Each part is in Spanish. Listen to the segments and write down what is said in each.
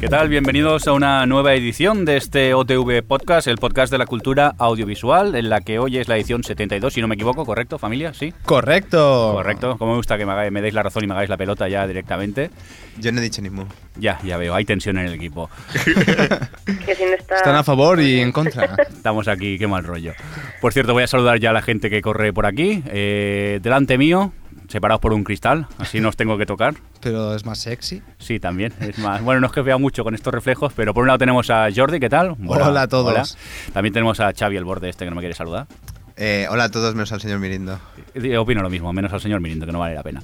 ¿Qué tal? Bienvenidos a una nueva edición de este OTV Podcast, el podcast de la cultura audiovisual, en la que hoy es la edición 72, si no me equivoco, ¿correcto, familia? ¿Sí? Correcto. Correcto. Como me gusta que me, hagáis- me deis la razón y me hagáis la pelota ya directamente. Yo no he dicho ni mu. Ya, ya veo, hay tensión en el equipo. que si no está... Están a favor y en contra. Estamos aquí, qué mal rollo. Por cierto, voy a saludar ya a la gente que corre por aquí. Eh, delante mío, separados por un cristal, así no os tengo que tocar. Pero es más sexy. Sí, también. Es más, bueno, no es que vea mucho con estos reflejos, pero por un lado tenemos a Jordi, ¿qué tal? Hola a todos. También tenemos a Xavi, el borde este que no me quiere saludar. Eh, hola a todos, menos al señor Mirindo. Eh, Opino lo mismo, menos al señor Mirindo, que no vale la pena.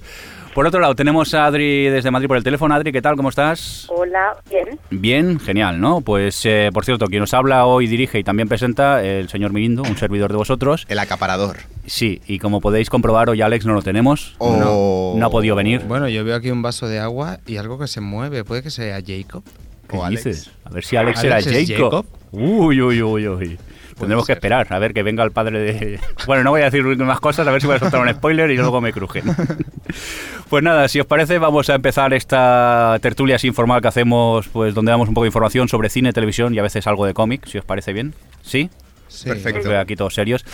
Por otro lado, tenemos a Adri desde Madrid por el teléfono. Adri, ¿qué tal? ¿Cómo estás? Hola, bien. Bien, genial, ¿no? Pues, eh, por cierto, quien nos habla hoy, dirige y también presenta, el señor Mirindo, un servidor de vosotros. El acaparador. Sí, y como podéis comprobar, hoy Alex no lo tenemos. Oh. No, no ha podido venir. Bueno, yo veo aquí un vaso de agua y algo que se mueve. ¿Puede que sea Jacob? ¿Qué ¿O Alex? dices? A ver si Alex, ¿Alex era es Jacob. Jacob? Uy, uy, uy, uy. Tendremos que ser. esperar, a ver que venga el padre de... Bueno, no voy a decir más cosas, a ver si voy a soltar un spoiler y luego me crujen. Pues nada, si os parece, vamos a empezar esta tertulia así informal que hacemos, pues donde damos un poco de información sobre cine, televisión y a veces algo de cómic, si os parece bien. ¿Sí? Sí. Perfecto. Os veo aquí todos serios.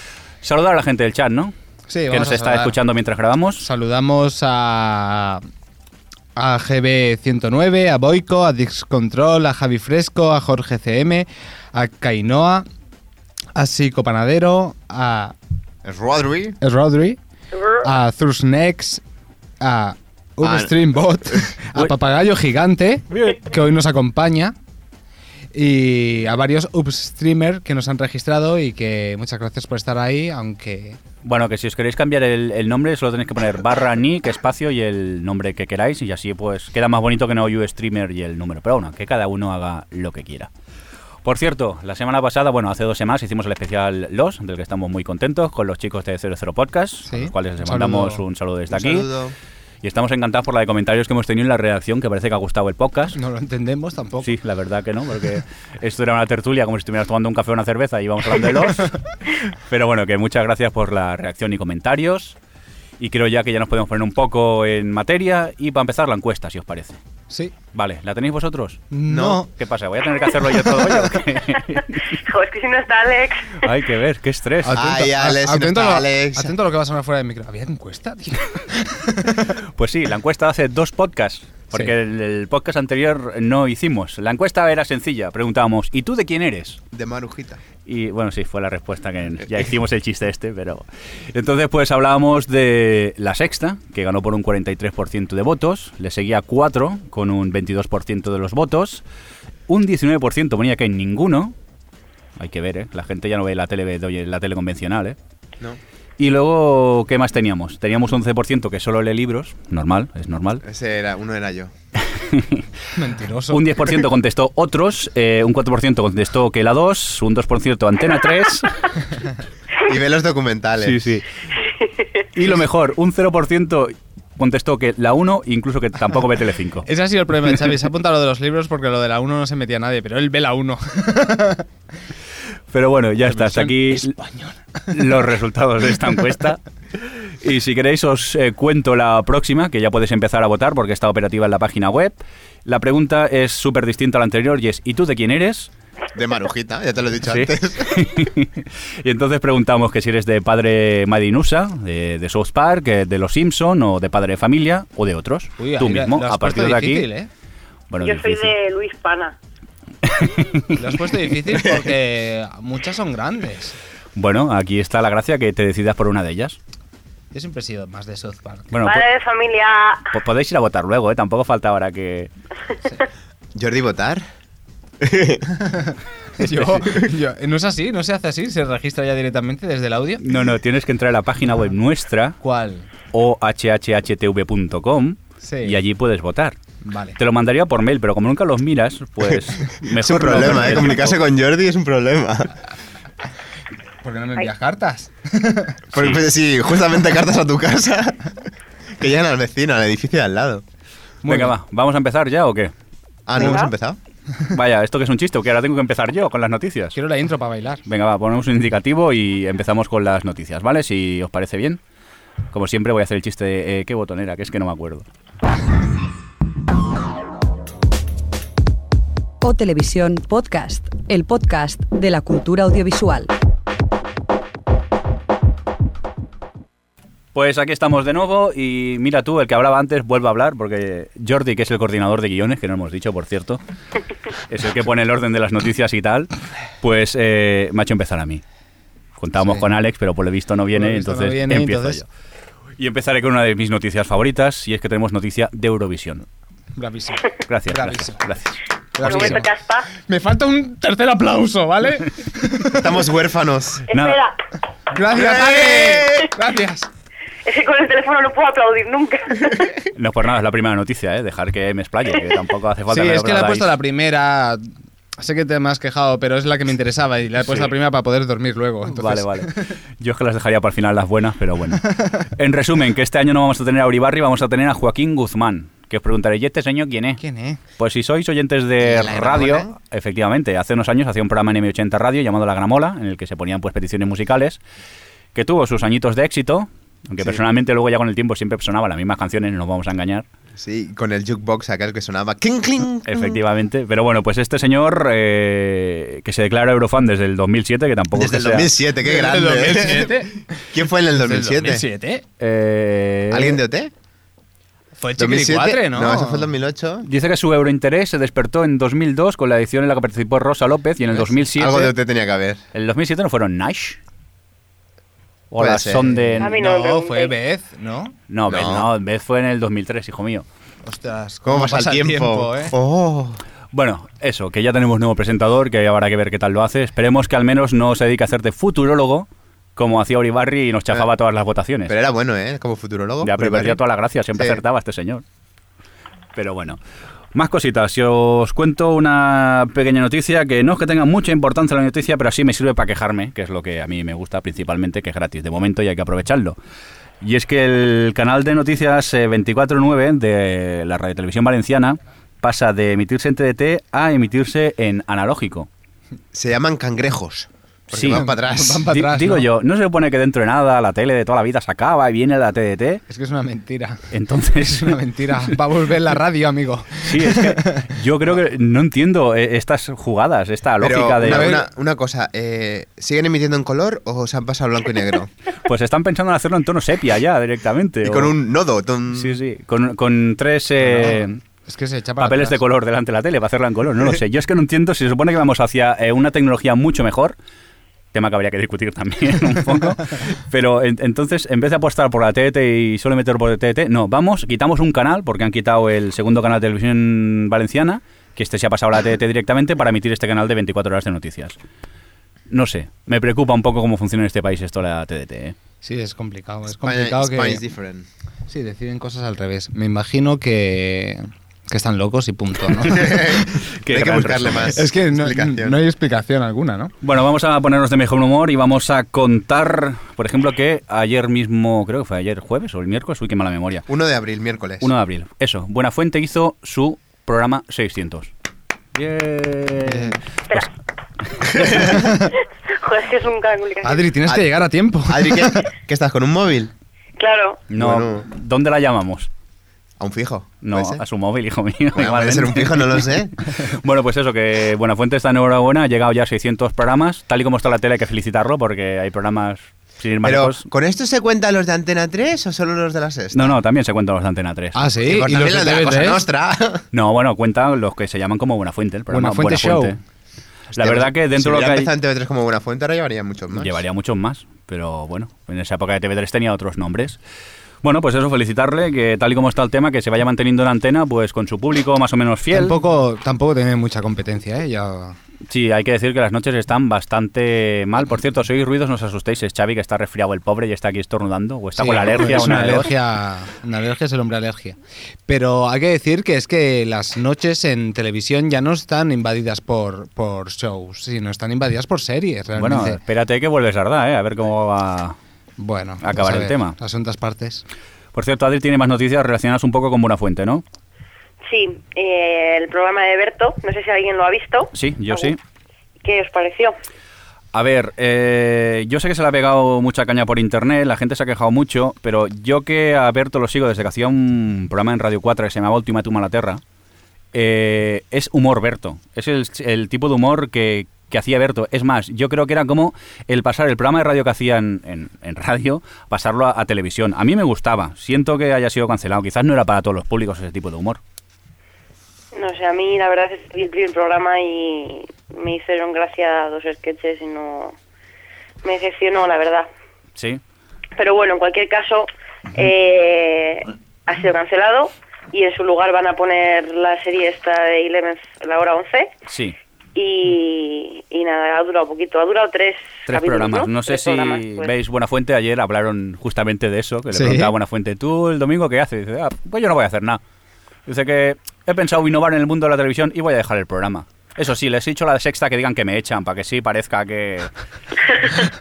Saludar a la gente del chat, ¿no? Sí, que vamos nos a está saludar. escuchando mientras grabamos. Saludamos a. A GB109, a Boico, a Dixcontrol, a Javi Fresco, a Jorge CM, a Kainoa, a Psico Panadero, a Es Rodri. Rodri, a Thursnex, a Ah, Streambot, eh, a Uy. Papagayo Gigante, que hoy nos acompaña, y a varios Upstreamer que nos han registrado y que muchas gracias por estar ahí, aunque... Bueno, que si os queréis cambiar el, el nombre, solo tenéis que poner barra nick, espacio y el nombre que queráis, y así pues queda más bonito que no you streamer y el número. Pero bueno, que cada uno haga lo que quiera. Por cierto, la semana pasada, bueno, hace dos semanas hicimos el especial Los, del que estamos muy contentos, con los chicos de 00 Podcast, a Sí, los cuales les un mandamos saludo. un saludo desde Un aquí. saludo. Y estamos encantados por la de comentarios que hemos tenido en la redacción, que parece que ha gustado el podcast. No lo entendemos tampoco. Sí, la verdad que no, porque esto era una tertulia como si estuvieras tomando un café o una cerveza y íbamos hablando de los. Pero bueno, que muchas gracias por la reacción y comentarios. Y creo ya que ya nos podemos poner un poco en materia y para empezar la encuesta, si os parece. Sí. Vale, ¿la tenéis vosotros? No. ¿Qué pasa? ¿Voy a tener que hacerlo yo todo yo? o qué? Jo, es que si no está Alex... Hay que ver, qué estrés. Ah, Ay, a- Alex, si no atento, a está lo, Alex. atento a lo que va a sonar fuera del micro. ¿Había encuesta, tío? Pues sí, la encuesta hace dos podcasts. Porque Sí. el, el podcast anterior no hicimos. La encuesta era sencilla. Preguntábamos, ¿y tú de quién eres? De Marujita. Y bueno, sí, fue la respuesta que ya hicimos el chiste este, pero... Entonces, pues hablábamos de la sexta, que ganó por un 43% de votos, le seguía 4 con un 22% de los votos, un 19% ponía que en ninguno, hay que ver, ¿eh? la gente ya no ve la tele, de hoy- la tele convencional, ¿eh? No. Y luego, ¿qué más teníamos? Teníamos 11% que solo lee libros, normal, es normal. Ese era, uno era yo. Mentiroso. Un 10% contestó otros, eh, un 4% contestó que la 2, un 2% antena 3. Y ve los documentales. Sí, sí. Y lo mejor, un 0% contestó que la 1, incluso que tampoco ve Telecinco. Ese ha sido el problema, Xavi. Se ha apuntado lo de los libros porque lo de la 1 no se metía nadie, pero él ve la 1. Pero bueno, ya está. Hasta aquí Televisión española. los resultados de esta encuesta. Y si queréis os eh, cuento la próxima, que ya podéis empezar a votar porque está operativa en la página web. La pregunta es súper distinta a la anterior y es ¿y tú de quién eres? De Marujita, ya te lo he dicho Sí. antes. y entonces preguntamos que si eres de padre Madinusa, de, de South Park, eh, de Los Simpson o de padre de familia o de otros. Uy, tú ahí la- mismo, lo has a partir de puesto aquí. difícil, ¿eh? Bueno, yo soy difícil. de Luis Pana. Lo has puesto difícil porque muchas son grandes. Bueno, aquí está la gracia que te decidas por una de ellas. Yo siempre he sido más de South Park. Bueno, pues- Padre de familia... po- po- podéis ir a votar luego, ¿eh? Tampoco falta ahora que... Jordi Botar. Yo, yo- no es así, no se hace así, se registra ya directamente desde el audio. No, no, tienes que entrar a la página web nuestra, ¿Cuál? ohhtv.com, Sí. y allí puedes votar. Vale. Te lo mandaría por mail, pero como nunca los miras, pues mejor... Es un no problema, perder ¿eh? el Comunicarse tiempo. con Jordi es un problema. ¿Por qué no me envías cartas? Porque pues, sí, justamente cartas a tu casa. Que llegan al vecino, al edificio de al lado. Venga, va, ¿vamos a empezar ya o qué? Ah, ¿no Venga. hemos empezado? Vaya, ¿esto que es un chiste? ¿O que ahora tengo que empezar yo con las noticias? Quiero la intro para bailar. Venga, va, ponemos un indicativo y empezamos con las noticias, ¿vale? Si os parece bien. Como siempre voy a hacer el chiste de eh, qué botonera, que es que no me acuerdo. O Televisión Podcast, el podcast de la cultura audiovisual. Pues aquí estamos de nuevo y mira tú, el que hablaba antes vuelve a hablar porque Jordi, que es el coordinador de guiones, que no hemos dicho, por cierto, es el que pone el orden de las noticias y tal, pues eh, me ha hecho empezar a mí. Contábamos Sí. con Alex, pero por lo visto no viene, Por lo visto no entonces viene, empiezo entonces- yo. Y empezaré con una de mis noticias favoritas y es que tenemos noticia de Eurovisión. Bravísimo. Gracias, gracias, Bravísimo. gracias. Bravísimo. Roberto Caspa. Me falta un tercer aplauso, ¿vale? Estamos huérfanos. Nada. Espera, Gracias, Ale. Gracias. es que con el teléfono no puedo aplaudir nunca. No por nada, es la primera noticia, ¿eh? dejar que me explaye, que tampoco hace falta Sí, que es que la he puesto la aplaudáis. primera. Sé que te me has quejado, pero es la que me interesaba y la he puesto Sí. la primera para poder dormir luego. Vale, entonces- vale. Yo es que las dejaría para el final las buenas, pero bueno. En resumen, que este año no vamos a tener a Uribarri, vamos a tener a Joaquín Guzmán. Que os preguntaré, ¿y este señor quién es? ¿Quién es? Pues si sois oyentes de ¿Y la radio, gramola? efectivamente, hace unos años hacía un programa en M80 Radio llamado La Gramola, en el que se ponían pues peticiones musicales, que tuvo sus añitos de éxito, aunque Sí. personalmente luego ya con el tiempo siempre sonaban las mismas canciones, no nos vamos a engañar. Sí, con el jukebox aquel que sonaba. ¡Cling, cling! Efectivamente. Pero bueno, pues este señor eh, que se declara eurofan desde el 2007, que tampoco es Desde el que sea- 2007, qué ¿Desde el grande. ¿eh? 2007? ¿Quién fue en el 2007? Eh, ¿Alguien de OT? Fue el 2007, Chiquilicuatre, ¿no? No, eso fue el 2008. Dice que su eurointerés se despertó en 2002 con la edición en la que participó Rosa López y en el 2007... Algo de OT tenía que haber. ¿En el 2007 no fueron Nash? ¿O Puede las ser. son de...? A mí no me No, preguntéis. fue Beth, ¿no? No, Beth, No. no, Beth fue en el 2003, hijo mío. Ostras, ¿Cómo, pasa, el tiempo? eh? Oh. Bueno, eso, que ya tenemos nuevo presentador, que habrá que ver qué tal lo hace. Esperemos que al menos no se dedique a hacerte futurólogo, como hacía Uribarri y nos chafaba todas las votaciones. Pero era bueno, ¿eh? Como futurologo. Ya, pero Uribarri. perdía toda la gracia, siempre Sí. acertaba este señor. Pero bueno. Más cositas, si os cuento una pequeña noticia, que no es que tenga mucha importancia la noticia, pero así me sirve para quejarme, que es lo que a mí me gusta principalmente, que es gratis de momento y hay que aprovecharlo. Y es que el canal de noticias eh, 24-9 de la Radio Televisión Valenciana pasa de emitirse en TDT a emitirse en analógico. Se llaman cangrejos. Porque Sí. van para atrás. Van para Di- atrás, digo ¿no? yo, no se supone que dentro de nada la tele de toda la vida se acaba y viene la TDT, Es que es una mentira. entonces... Es una mentira. Va a volver la radio, amigo. Sí, es que yo creo que no entiendo eh, estas jugadas, esta Pero lógica de... una, una- una cosa, eh, ¿siguen emitiendo en color o se han pasado a blanco y negro? Pues están pensando en hacerlo en tono sepia ya directamente. y o- con un Ah. nodo. ton- Sí, sí, con, con tres eh, No, es que se echa para papeles de atrás. color delante de la tele para hacerla en color, no lo sé. Yo es que no entiendo si se supone que vamos hacia eh, una tecnología mucho mejor, tema que habría que discutir también un poco, pero en- entonces en vez de apostar por la TDT y solo meter por la TDT, no, vamos, quitamos un canal, porque han quitado el segundo canal de televisión valenciana, que este se ha pasado a la TDT directamente para emitir este canal de 24 horas de noticias. No sé, me preocupa un poco cómo funciona en este país esto de la TDT. ¿eh? Sí, es complicado. Es España- complicado España que... is different. Sí, deciden cosas al revés. Me imagino que... Que están locos y punto, ¿no? Qué Hay que gran buscarle resumen. más. es que no, explicación. no hay explicación alguna, ¿no? Bueno, vamos a ponernos de mejor humor y vamos a contar, por ejemplo, que ayer mismo, creo que fue ayer jueves o el miércoles, uy, qué mala memoria, 1 de abril, miércoles. 1 de abril. Eso, Buenafuente hizo su programa 600. Bien. Pues, Joder, es que es un complicado. Adri, tienes que Ad- llegar a tiempo. Eh, Adri, ¿qué, Ah, qué estás con un móvil? Claro, no, Bueno. ¿dónde la llamamos? ¿A un fijo? No, ¿Puede ser? a su móvil, hijo mío. Bueno, puede igualmente. ser un fijo, no lo sé. Bueno, pues eso, que Buenafuente está enhorabuena, ha llegado ya a 600 programas. Tal y como está la tele, hay que felicitarlo porque hay programas sin ir más Pero, lejos. ¿con esto se cuentan los de Antena 3 o solo los de la sexta? No, no, también se cuentan los de Antena 3. Ah, sí. Y, ¿Y los también los de la Cosa TVT? Nostra. No, bueno, cuentan los que se llaman como Buenafuente, el programa Buenafuente Show. La verdad que dentro de pues, si lo que hay- empezado en TV3 como buena fuente, ahora llevaría muchos más. llevaría muchos más, pero bueno, en esa época de TV3 tenía otros nombres. Bueno, pues eso, felicitarle, que tal y como está el tema, que se vaya manteniendo en antena, pues con su público más o menos fiel. Tampoco, tampoco tiene mucha competencia, ¿eh? Ya... Sí, hay que decir que las noches están bastante mal. Por cierto, si oís ruidos, no os asustéis, es Xavi que está resfriado el pobre y está aquí estornudando, o está Sí, con la alergia es o una, de dos. alergia. Una alergia es el hombre alergia. Pero hay que decir que es que las noches en televisión ya no están invadidas por, por shows, sino están invadidas por series, Bueno, realmente. espérate que vuelves a ¿eh? A ver cómo va... Bueno, vamos acabar a el ver, tema. Las otras partes. Por cierto, Adri tiene más noticias relacionadas un poco con Buenafuente, ¿no? Sí, eh, el programa de Berto, no sé si alguien lo ha visto. Sí, yo sí. ¿Algún? ¿Qué os pareció? A ver, eh, yo sé que se le ha pegado mucha caña por internet, la gente se ha quejado mucho, pero yo que a Berto lo sigo desde que hacía un programa en Radio 4 que se llamaba Ultimatum a la Terra, eh, es humor Berto. Es el, el tipo de humor que, que hacía Berto. Es más, yo creo que era como el pasar el programa de radio que hacían en, en radio, pasarlo a, a televisión. A mí me gustaba. Siento que haya sido cancelado. Quizás no era para todos los públicos ese tipo de humor. No sé, a mí la verdad es que vi vi el programa y me hicieron gracia dos sketches y no... Me decepcionó, la verdad. Sí. Pero bueno, en cualquier caso, eh, ha sido cancelado y en su lugar van a poner la serie esta de 11, la hora 11. Sí. Y, y nada, ha durado poquito, ha durado tres, Tres capítulos, programas. No sé Tres si programas, pues. veis Buena Fuente. Ayer hablaron justamente de eso. Que le Sí. preguntaba a Buena Fuente, ¿tú el domingo qué haces? Dice, "Ah, pues yo no voy a hacer nada. Dice que he pensado innovar en el mundo de la televisión y voy a dejar el programa. Eso sí, les he dicho a la sexta que digan que me echan, para que sí parezca que.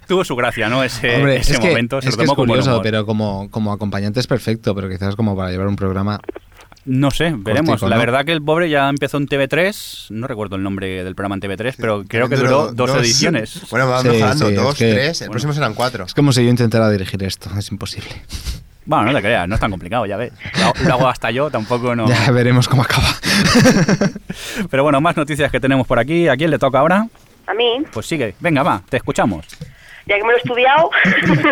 Tuvo su gracia, ¿no? Ese, Hombre, Eh, ese es que, momento. se es, lo que es tomó con buen curioso, humor. pero como, como acompañante es perfecto, pero quizás como para llevar un programa. No sé, veremos. Cortico, La ¿no? verdad que el pobre ya empezó en TV3, no recuerdo el nombre del programa en TV3, pero creo que Duró duró dos, ediciones. Bueno, vamos Sí, mejorando. sí, es dos, que- tres. El Bueno. próximo serán cuatro. Es como si yo intentara dirigir esto, es imposible. Bueno, no te creas, no es tan complicado, ya ves. Lo, lo hago hasta yo, tampoco no. Ya veremos cómo acaba. Pero bueno, más noticias que tenemos por aquí. ¿A quién le toca ahora? A mí, Pues sigue, venga, va, te escuchamos. ya que me lo he estudiado,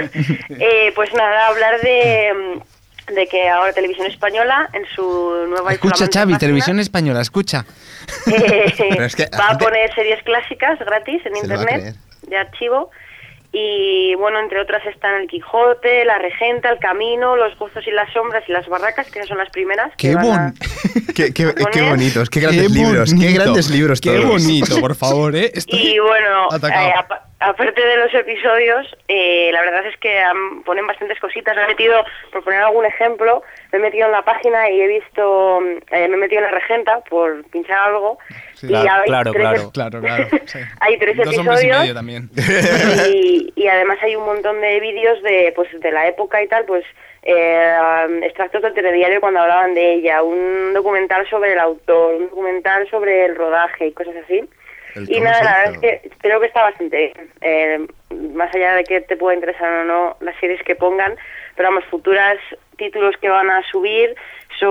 eh, pues nada, hablar de, mm, de que ahora Televisión Española en su nueva y Escucha, flamante Xavi, página, Televisión Española, escucha. eh, Pero es que la va a gente- poner series clásicas gratis en Se lo va a internet creer. de archivo y bueno, entre otras están El Quijote, La Regenta, El Camino, Los Gozos y las Sombras y Las Barracas, que son las primeras. que ¡Qué van a- bon! Qué, qué- qué Poner- bonitos, qué grandes Qué libros. Qué bonito. grandes libros Qué todos. bonito, por favor, ¿eh? Estoy Y bueno, atacado. eh, apa- aparte de los episodios, eh, la verdad es que han- ponen bastantes cositas. Me he metido, por poner algún ejemplo, me he metido en la página y he visto, mm, eh, me he metido en la regenta por pinchar algo. y claro, hay claro, tres claro. Claro, claro. sí. Hay tres Dos hombres y episodios. medio también. y, y además hay un montón de vídeos de pues de la época y tal pues eh, extractos del telediario cuando hablaban de ella un documental sobre el autor un documental sobre el rodaje y cosas así El y cómo nada se la verdad es hizo. que creo que está bastante bien Eh, más allá de que te pueda interesar o no las series que pongan pero vamos futuras títulos que van a subir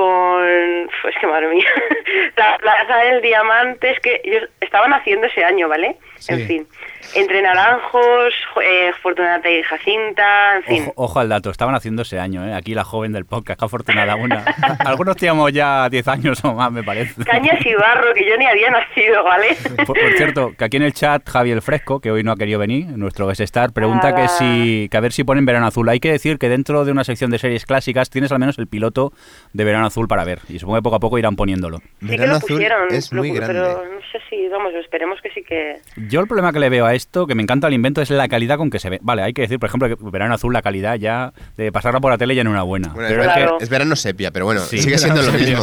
son pues que madre mía la plaza del diamante es que ellos estaban haciendo ese año vale Sí. en fin entre naranjos, jo- eh, Fortunata y Jacinta, en fin. Ojo, ojo al dato, estaban haciendo ese año, ¿eh? Aquí la joven del podcast, qué afortunada una. Algunos teníamos ya 10 años o más, me parece. Cañas y barro, que yo ni había nacido, ¿vale? Por, por cierto, que aquí en el chat Javier Fresco, que hoy no ha querido venir, nuestro guest star, pregunta Hola. que si que a ver si ponen Verano Azul. Hay que decir que dentro de una sección de series clásicas tienes al menos el piloto de Verano Azul para ver. Y supongo que poco a poco irán poniéndolo. Sí que Verano lo azul pusieron, es lo muy pu- grande. pero no sé si, vamos, esperemos que sí que... Yo el problema que le veo a esto, que me encanta el invento, es la calidad con que se ve. Vale, hay que decir, por ejemplo, que Verano Azul, la calidad ya de pasarla por la tele ya no era buena. Bueno, Pero es es, que verano, Claro. es verano sepia, pero bueno, Sí. sigue siendo lo mismo.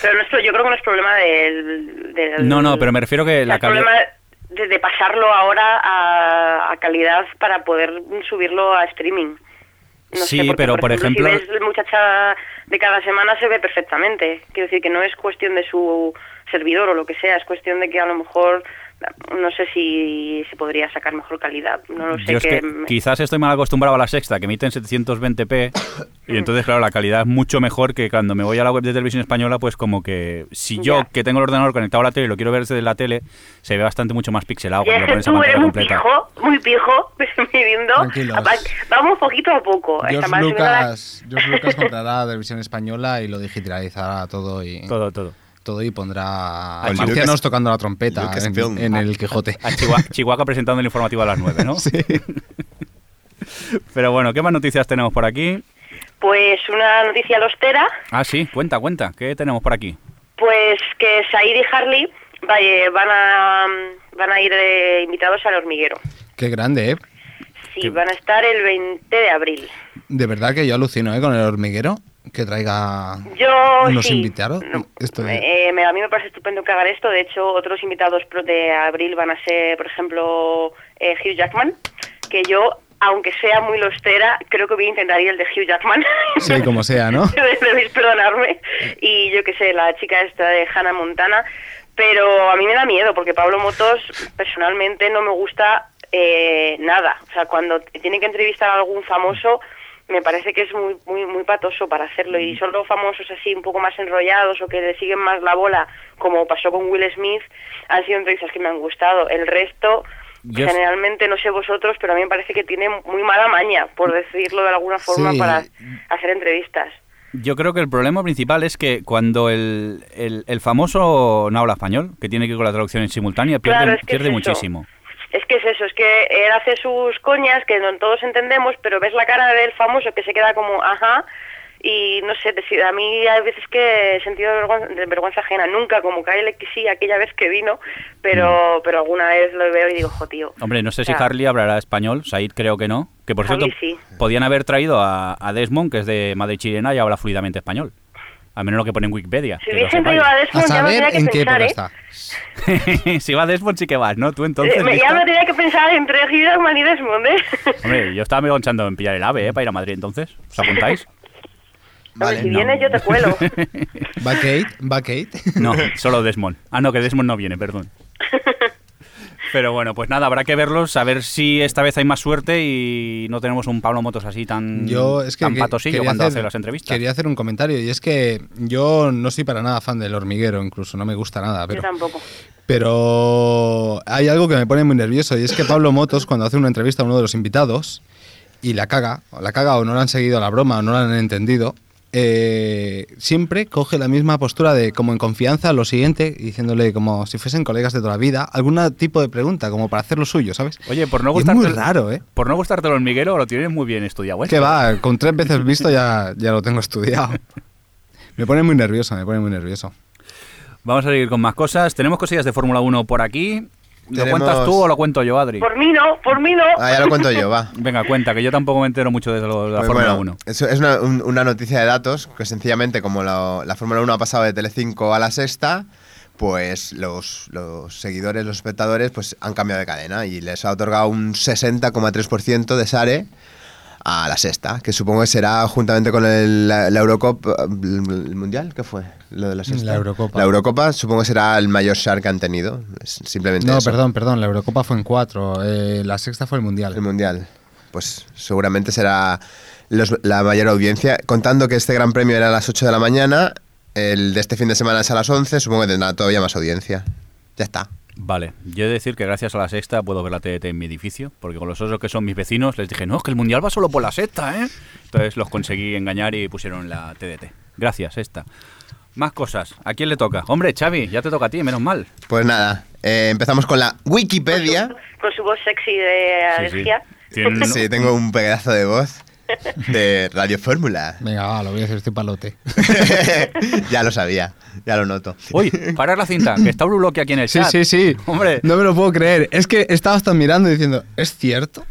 Pero no es pro- yo creo que no es problema del... del- No, no, pero me refiero que es la calidad... problema de, de pasarlo ahora a, a calidad para poder subirlo a streaming. No Sí, sé, porque, pero, por Si ejemplo- ves muchacha de cada semana se ve perfectamente. Quiero decir que no es cuestión de su servidor o lo que sea, es cuestión de que a lo mejor no sé si se podría sacar mejor calidad. No lo sé. Yo es que me- quizás estoy mal acostumbrado a la sexta, que emite en 720p, y entonces, claro, la calidad es mucho mejor que cuando me voy a la web de televisión española, pues como que si yo, Ya. que tengo el ordenador conectado a la tele y lo quiero ver desde la tele, se ve bastante mucho más pixelado Ya cuando lo es pones que a tú eres pantalla muy completa. pijo, muy pijo, midiendo. Tranquilos. Vamos poquito a poco. George Además, subiendo la- Lucas, George Lucas comprará la televisión española y lo digitalizará todo y todo, Todo, todo. y pondrá Oye, marcianos Lucas- tocando la trompeta Lucasfilm. en, en el Quijote. A Chihuahua, Chihuahua presentando el informativo a las 9, ¿no? Sí. Pero bueno, ¿qué más noticias tenemos por aquí? Pues una noticia lostera. Ah, sí, cuenta, cuenta. ¿Qué tenemos por aquí? Pues que Said y Harley va- eh, van a, van a ir eh, invitados al hormiguero. Qué grande, ¿eh? Sí, Qué- van a estar el 20 de abril. De verdad que yo alucino, ¿eh? Con el hormiguero que traiga Yo unos sí. invitados. No, Esto es- eh, me- a mí me parece estupendo que hagan esto. De hecho, otros invitados pro- de abril van a ser, por ejemplo, eh, Hugh Jackman, que yo aunque sea muy lostera, creo que voy a intentar ir el de Hugh Jackman. Sí, como sea, ¿no? Debéis perdonarme. Y yo qué sé, la chica esta de Hannah Montana. Pero a mí me da miedo porque Pablo Motos personalmente no me gusta eh, nada. O sea, cuando tiene que entrevistar a algún famoso me parece que es muy, muy, muy patoso para hacerlo y son los famosos así un poco más enrollados o que le siguen más la bola, como pasó con Will Smith, han sido entrevistas que me han gustado. El resto, Yo- generalmente, no sé vosotros, pero a mí me parece que tiene muy mala maña, por decirlo de alguna forma, Sí. para hacer entrevistas. Yo creo que el problema principal es que cuando el, el- el famoso no habla español, que tiene que ir con la traducción en simultánea, pierde, Claro, es que es pierde eso. muchísimo. Es que es eso, es que él hace sus coñas que no todos entendemos, pero ves la cara del famoso que se queda como, ajá, y no sé, decir, a mí hay veces que he sentido vergüenza, de vergüenza ajena, nunca, como que sí aquella vez que vino, pero pero alguna vez lo veo y digo, jo, tío. Mm. Hombre, no sé O sea, si Harley hablará español, Said creo que no. Que por Harley cierto, sí. podían haber traído a, a Desmond, que es de madre chilena y habla fluidamente español. A menos lo que pone en Wikipedia. Si que lo hubiesen sepáis. traído a A Desmond ya no saber tenía que en qué pensar, época ¿eh? está. si va Desmond, sí que vas, ¿no? Tú entonces. Eh, me- lista. ya no tenía que pensar entre Hugh Jackman y Desmond, ¿eh? Hombre, yo estaba pensando en pillar el AVE, ¿eh? Para ir a Madrid entonces. ¿Os apuntáis? Vale, si no. vienes yo te cuelo. ¿Va Kate? ¿Va Kate? No, solo Desmond. Ah, no, que Desmond no viene, perdón. Pero bueno, pues nada, habrá que verlos, a ver si esta vez hay más suerte y no tenemos un Pablo Motos así tan, Yo es que Mm, tan que- patosillo quería cuando hacer- hace las entrevistas. Quería hacer un comentario y es que yo no soy para nada fan del hormiguero, incluso no me gusta nada, yo pero, tampoco. pero hay algo que me pone muy nervioso y es que Pablo Motos cuando hace una entrevista a uno de los invitados y la caga, o la caga o no le han seguido la broma o no la han entendido, eh, siempre coge la misma postura de como en confianza lo siguiente, diciéndole como si fuesen colegas de toda la vida, algún tipo de pregunta como para hacer lo suyo, ¿sabes? Oye, por no Y es muy gustarte, raro, ¿eh? por no gustarte el hormiguero, lo tienes muy bien estudiado. ¿eh? Que va, con tres veces visto ya, ya lo tengo estudiado. Me pone muy nervioso, me pone muy nervioso. Vamos a seguir con más cosas. Tenemos cosillas de Fórmula 1 por aquí. ¿Lo Tenemos- cuentas tú o lo cuento yo, Adri? Por mí no, por mí no. Ah, ya lo cuento yo, va. Venga, cuenta, que yo tampoco me entero mucho de lo- de la Pues Fórmula bueno, 1. Es, es una, un- una noticia de datos que sencillamente como la, la Fórmula 1 ha pasado de Telecinco a la Sexta, pues los, los seguidores, los espectadores, pues han cambiado de cadena y les ha otorgado un 60,3% de Sare E a la Sexta, que supongo que será juntamente con el- la, la Eurocopa, el Mundial, ¿qué fue? Lo de la Sexta. La Eurocopa. La Eurocopa supongo que será el mayor Sare que han tenido, es simplemente No, eso. perdón, perdón, la Eurocopa fue en cuatro, eh, la sexta fue el El Mundial. Mundial. Pues seguramente será los- la mayor audiencia. Contando que este gran premio era a las 8 de la mañana, el de este fin de semana es a las 11, supongo que tendrá todavía más audiencia. Ya está. Vale, yo he de decir que gracias a la sexta puedo ver la TDT en mi edificio, porque con los osos que son mis vecinos les dije, no, es que el mundial va solo por la sexta, ¿eh? Entonces los conseguí engañar y pusieron la TDT. Gracias, sexta. Más cosas, ¿a quién le toca? Hombre, Xavi, ya te toca a ti, menos mal. Pues nada, eh, empezamos con la Wikipedia. Con su voz sexy de alergia. Tiene- Sí, tengo un pedazo de voz de Radio Fórmula. Venga, va, lo voy a decir, estoy palote. ya lo sabía, ya lo noto. Uy, parar la cinta, que está bloque aquí en el Sí, chat. sí, sí. Hombre, No me lo puedo creer. Es que estaba hasta mirando y diciendo, ¿es cierto?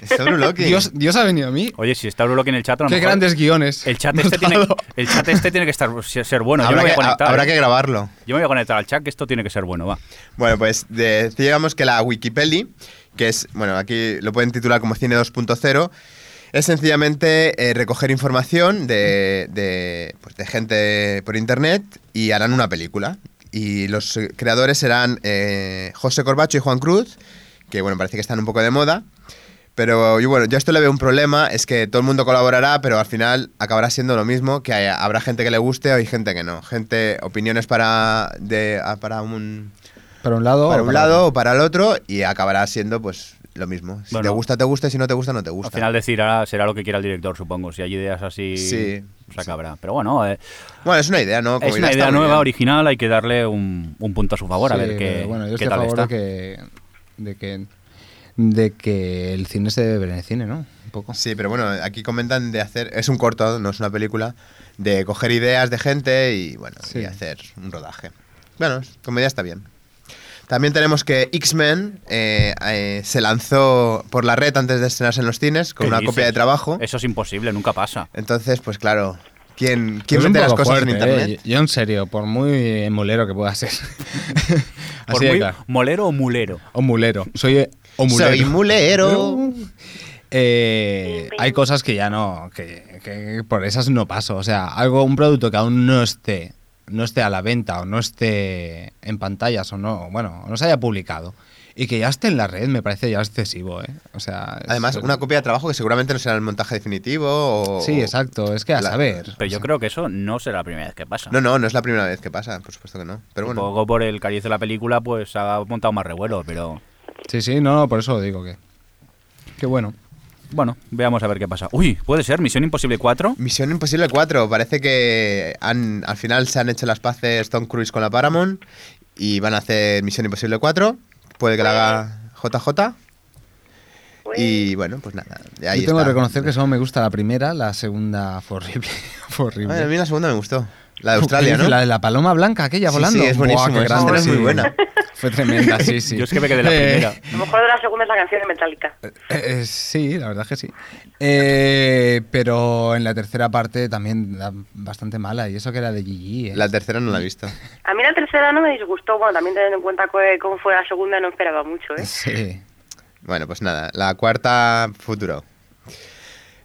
Está Bruloqui. Dios, Dios ha venido a mí. oye, si está bloque en el chat, a lo Qué mejor grandes guiones. El chat, este Notado. tiene, el chat este tiene que estar, ser ser bueno. Yo me habrá, voy a que, conectar. habrá ¿eh? que grabarlo. Yo me voy a conectar al chat, que esto tiene que ser bueno, va. Bueno, pues decíamos que la Wikipeli, que es, bueno, aquí lo pueden titular como Cine 2.0, es sencillamente eh, recoger información de, de, pues, de gente por internet y harán una película. Y los eh, creadores serán eh, José Corbacho y Juan Cruz, que bueno, parece que están un poco de moda. Pero yo, bueno, yo a esto le veo un problema, es que todo el mundo colaborará, pero al final acabará siendo lo mismo, que hay- habrá gente que le guste o hay gente que no. Gente, opiniones para, de, a- para un Para un lado. para o un lado o para el otro y acabará siendo pues lo mismo. Si Bueno. te gusta, te gusta, y si no te gusta, no te Al gusta. final decirá, será lo que quiera el director, supongo. Si hay ideas así, Sí, se acabará. Pero bueno, eh, Bueno, es una idea, ¿no? Como es una está idea muy nueva, bien. original, hay que darle un, un punto a su favor, a Sí, ver qué, Bueno, yo qué estoy a tal favor de está. que, de que. de que el cine se debe ver en el cine, ¿no? Un poco. Sí, pero bueno, aquí comentan de hacer, es un corto, no es una película, de coger ideas de gente y bueno, Sí. y hacer un rodaje. Bueno, como idea está bien. También tenemos que X-Men eh, eh, se lanzó por la red antes de estrenarse en los cines con ¿Qué una dices? copia de trabajo. Eso es imposible, nunca pasa. Entonces, pues claro, ¿quién, quién Es un vende las poco cosas en fuerte, internet? ¿eh? Yo en serio, por muy mulero que pueda ser. Por Así de muy claro. molero o mulero. O mulero. Soy eh, o mulero. Soy mulero. eh, hay cosas que ya no, que, que por esas no paso. O sea, algo, un producto que aún no esté, no esté a la venta o no esté en pantallas o no, bueno, o no se haya publicado y que ya esté en la red me parece ya excesivo, ¿eh? O sea, es- Además, una copia de trabajo que seguramente no será el montaje definitivo o... Sí, exacto. Es que a La- saber. Pero yo creo que eso no será la primera vez que pasa. No, no, no es la primera vez que pasa, por supuesto que no. Pero Un bueno, poco por el cariz de la película, pues ha montado más revuelo, pero Sí, sí, no, no, por eso digo que. Qué bueno. bueno, veamos a ver qué pasa. Uy, puede ser Misión Imposible 4. Misión Imposible 4, parece que han, al final se han hecho las paces Tom Cruise con la Paramount y van a hacer Misión Imposible 4, puede que la haga JJ y bueno, pues nada, ahí yo tengo está. que reconocer que solo me gusta la primera, la segunda fue horrible. fue horrible. Ay, a mí la segunda me gustó, la de Australia, ¿no? La de la paloma blanca, aquella Sí, volando. sí, es Buah, buenísimo, qué esa obra es muy buena. Fue tremenda, sí, sí. Yo es que me quedé en la Eh, primera. A lo mejor de la segunda es la canción de Metallica. Eh, eh, sí, la verdad es que sí. Eh, pero en la tercera parte también da bastante mala. Y eso que era de Gigi. ¿eh? La tercera no la he visto. A mí la tercera no me disgustó, bueno, también teniendo en cuenta que- cómo fue la segunda no esperaba mucho, ¿eh? Sí. Bueno, pues nada, la cuarta, futuro.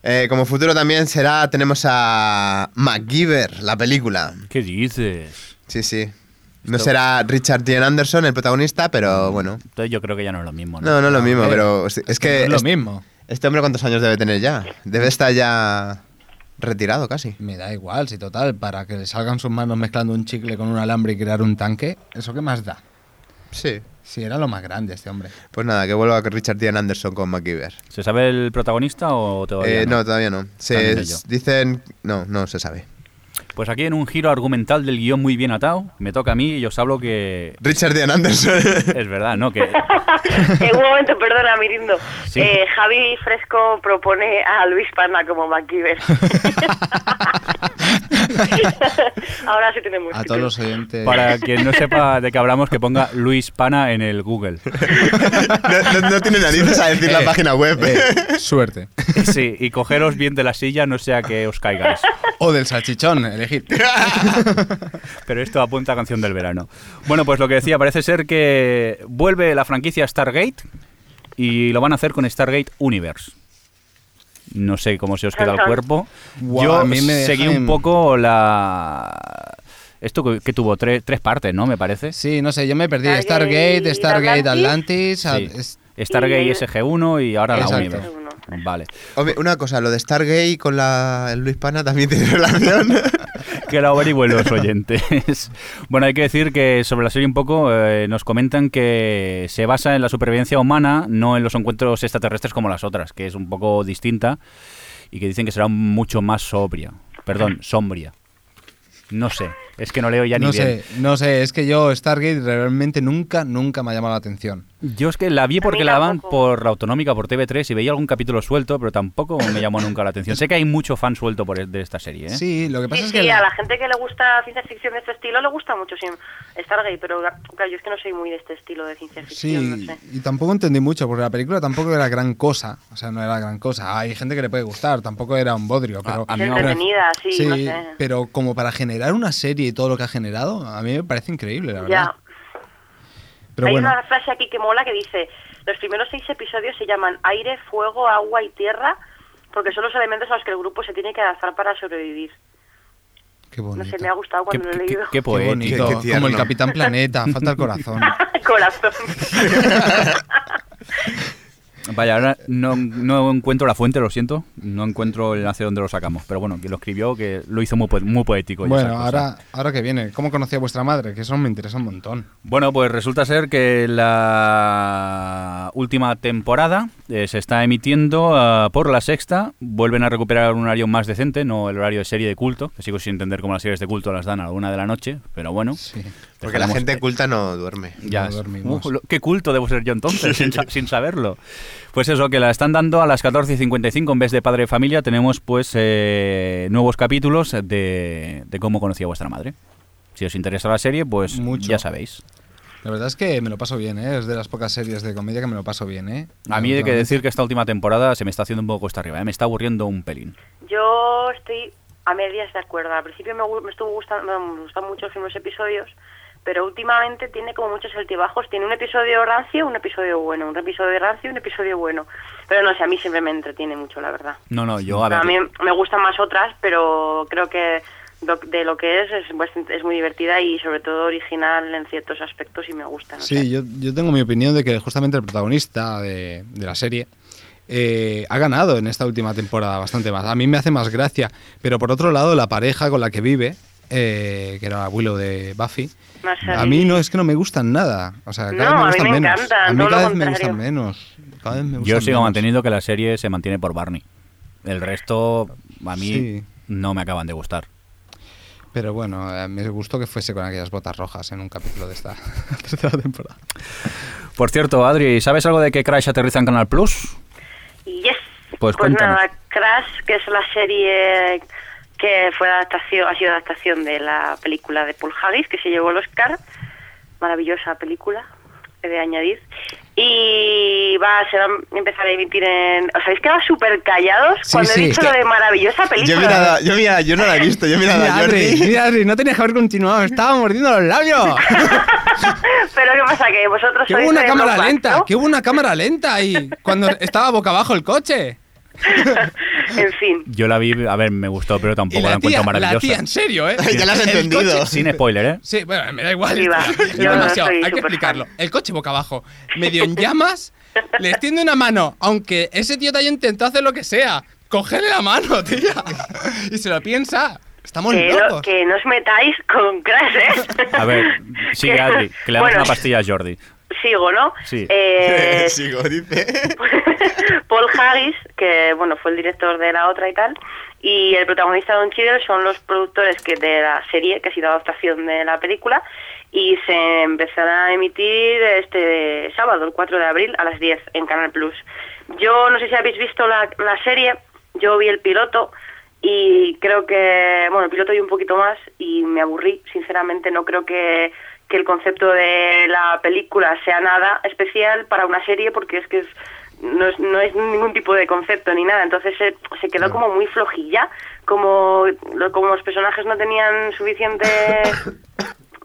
Eh, como futuro también será, tenemos a MacGyver, la película. ¿Qué dices? Sí, sí. No será Richard Dean Anderson el protagonista, pero bueno. Entonces yo creo que ya no es lo mismo, ¿no? No, no es lo mismo, eh, pero es- es que... es lo es- mismo. Este hombre cuántos años debe tener ya. Debe estar ya retirado casi. Me da igual, si total, para que le salgan sus manos mezclando un chicle con un alambre y crear un tanque, ¿eso qué más da? Sí. Si era lo más grande este hombre. Pues nada, que vuelva Richard Dean Anderson con MacGyver. ¿Se sabe el protagonista o todavía Eh, no? no, todavía no. Se También yo. dicen... No, no se sabe. Pues aquí en un giro argumental del guión muy bien atado, me toca a mí y os hablo que... Richard Dean Anderson. Es verdad, ¿no? Que en un momento, perdona, Mirindo. Sí. Eh, Javi Fresco propone a Luis Panda como MacGyver. Ahora sí tenemos. A todos los oyentes. para quien no sepa de qué hablamos, que ponga Luis Pana en el Google. no, no- no tiene narices a decir la Eh, página web. eh, suerte. Sí, y cogeros bien de la silla, no sea que os caigáis. O del salchichón, elegir. Pero esto apunta a canción del verano. Bueno, pues lo que decía, parece ser que vuelve la franquicia Stargate y lo van a hacer con Stargate Universe. No sé cómo se os queda el cuerpo. Guau, Yo a mí me deja seguí un en- poco la... Esto que, que tuvo tres, tres partes, ¿no? Me parece. Sí, no sé, yo me perdí. Stargate, Stargate, Stargate Atlantis. Sí. a- es- Stargate SG1 y ahora la Exacto. Universe. Vale. Hombre, una cosa, lo de Stargate con la, el Luis Pana también tiene relación. Que la averigüen los oyentes. bueno, hay que decir que sobre la serie un poco eh, nos comentan que se basa en la supervivencia humana, no en los encuentros extraterrestres como las otras, que es un poco distinta y que dicen que será mucho más sobria. Perdón, sombría. No sé, es que no leo ya no ni sé, no sé, es que yo Stargate realmente nunca, nunca me ha llamado la atención. bien. Yo es que la vi porque la daban tampoco. por la autonómica, por TV3 y veía algún capítulo suelto, pero tampoco me llamó nunca la atención. Sé que hay mucho fan suelto por e- de esta serie, ¿eh? Sí, lo que pasa Sí, es sí, que... a la- la gente que le gusta ciencia ficción de este estilo le gusta mucho sí, Stargate, pero claro, yo es que no soy muy de este estilo de ciencia ficción, Sí, no sé. y tampoco entendí mucho, porque la película tampoco era gran cosa. O sea, no era gran cosa. Hay gente que le puede gustar, tampoco era un bodrio, pero... a mí Es me- entretenida, sí, no sé. pero como para generar una serie y todo lo que ha generado, a mí me parece increíble, la verdad. Ya. Pero Hay bueno, una frase aquí que mola que dice, los primeros seis episodios se llaman aire, fuego, agua y tierra, porque son los elementos a los que el grupo se tiene que adaptar para sobrevivir. qué No bonito. sé, me ha gustado Qué, cuando lo qué- he leído. qué Qué poético. bonito, Qué- qué como el tierno. Capitán Planeta, falta el corazón. Corazón. Vaya, ahora no, no encuentro la fuente, lo siento. No encuentro el hacia dónde lo sacamos. Pero bueno, quien lo escribió, que lo hizo muy, po- muy poético. y esa Bueno, cosa. ahora, ahora que viene, ¿cómo conocí a vuestra madre? Que eso me interesa un montón. Bueno, pues resulta ser que la última temporada eh, se está emitiendo ah, por la sexta. Vuelven a recuperar un horario más decente, no el horario de serie de culto, que sigo sin entender cómo las series de culto las dan a la una de la noche, pero bueno. Sí. Porque la dejaremos- gente culta no duerme. Ya, No es- dormimos. Uh, lo- qué culto debo ser yo entonces, sin, sa- sin saberlo. Pues eso, que la están dando a las 14.55 en vez de Padre de Familia. Tenemos pues eh, nuevos capítulos de, de cómo conocí a vuestra madre. Si os interesa la serie, pues Mucho. ya sabéis. La verdad es que me lo paso bien, ¿eh? Es de las pocas series de comedia que me lo paso bien, ¿eh? A mí hay que Últimamente. decir que esta última temporada se me está haciendo un poco cuesta arriba, ¿eh? me está aburriendo un pelín. Yo estoy a medias de acuerdo. Al principio me, gu- me estuvo gustando, me gustan mucho los primeros episodios, pero últimamente tiene como muchos altibajos. Tiene un episodio rancio, un episodio bueno, un episodio rancio, un episodio bueno. Pero no sé, a mí siempre me entretiene mucho, la verdad. No, no, yo a ver. A mí me gustan más otras, pero creo que lo- de lo que es es, bastante- es muy divertida y sobre todo original en ciertos aspectos y me gusta. no sé. Sí, yo, yo tengo mi opinión de que justamente el protagonista de, de la serie eh, ha ganado en esta última temporada bastante más. A mí me hace más gracia, pero por otro lado, la pareja con la que vive, eh, que era abuelo de Buffy, Más a mí no es que no me gustan nada. O sea, cada vez No, a mí me gustan me menos. encantan, a mí todo cada lo vez me contrario. gustan menos. Cada vez me Yo gustan sigo menos. manteniendo que la serie se mantiene por Barney. El resto, a mí, Sí. no me acaban de gustar. Pero bueno, eh, me gustó que fuese con aquellas botas rojas en un capítulo de esta tercera temporada. Por cierto, Adri, ¿sabes algo de que Crash aterriza en Canal Plus? Yes. Pues cuéntanos. nada, Crash, que es la serie que fue adaptación, ha sido adaptación de la película de Paul Haggis, que se llevó el Oscar. Maravillosa película, he de añadir. Y va, se va a empezar a emitir en... ¿Os habéis quedado súper callados Sí, cuando sí, he es dicho que- lo de maravillosa Yo, película? mira, yo, mira, yo no la he visto, yo mira, Mira, Adri, Jordi. mira, Adri, no tenías que haber continuado, me estaba mordiendo los labios. Pero ¿qué pasa? Que vosotros Que sois hubo una de cámara Lopas, lenta, ¿no? que hubo una cámara lenta ahí, cuando estaba boca abajo el coche. En fin. Yo la vi, a ver, me gustó, pero Y tampoco la, la encuentro tía, la maravillosa. tía, en serio, ¿eh? Ya la has El entendido. coche- Sin spoiler, ¿eh? Sí, bueno, me da igual. Sí, va, tía, es yo no demasiado, soy hay que superfan. explicarlo. El coche boca abajo, medio en llamas, le extiende una mano, aunque ese tío te haya intentado hacer lo que sea. Cógele la mano, tía. Y se lo piensa. Estamos Que no, locos. que no os metáis con Crash, ¿eh? A ver, sigue Que- Adri, que le damos Bueno, una pastilla a Jordi. Sigo, ¿no? Sí. Eh, Sigo, dice. Paul Haggis, que bueno, fue el director de la otra y tal, y el protagonista Don Cheadle son los productores que de la serie, que ha sido adaptación de la película, y se empezará a emitir este sábado, el 4 de abril, a las 10 en Canal Plus. Yo no sé si habéis visto la, la serie, yo vi el piloto y creo que, bueno, el piloto y un poquito más y me aburrí, sinceramente no creo que, que el concepto de la película sea nada especial para una serie porque es que es, no, es, no es ningún tipo de concepto ni nada, entonces se, se quedó como muy flojilla, como, lo- como los personajes no tenían suficiente...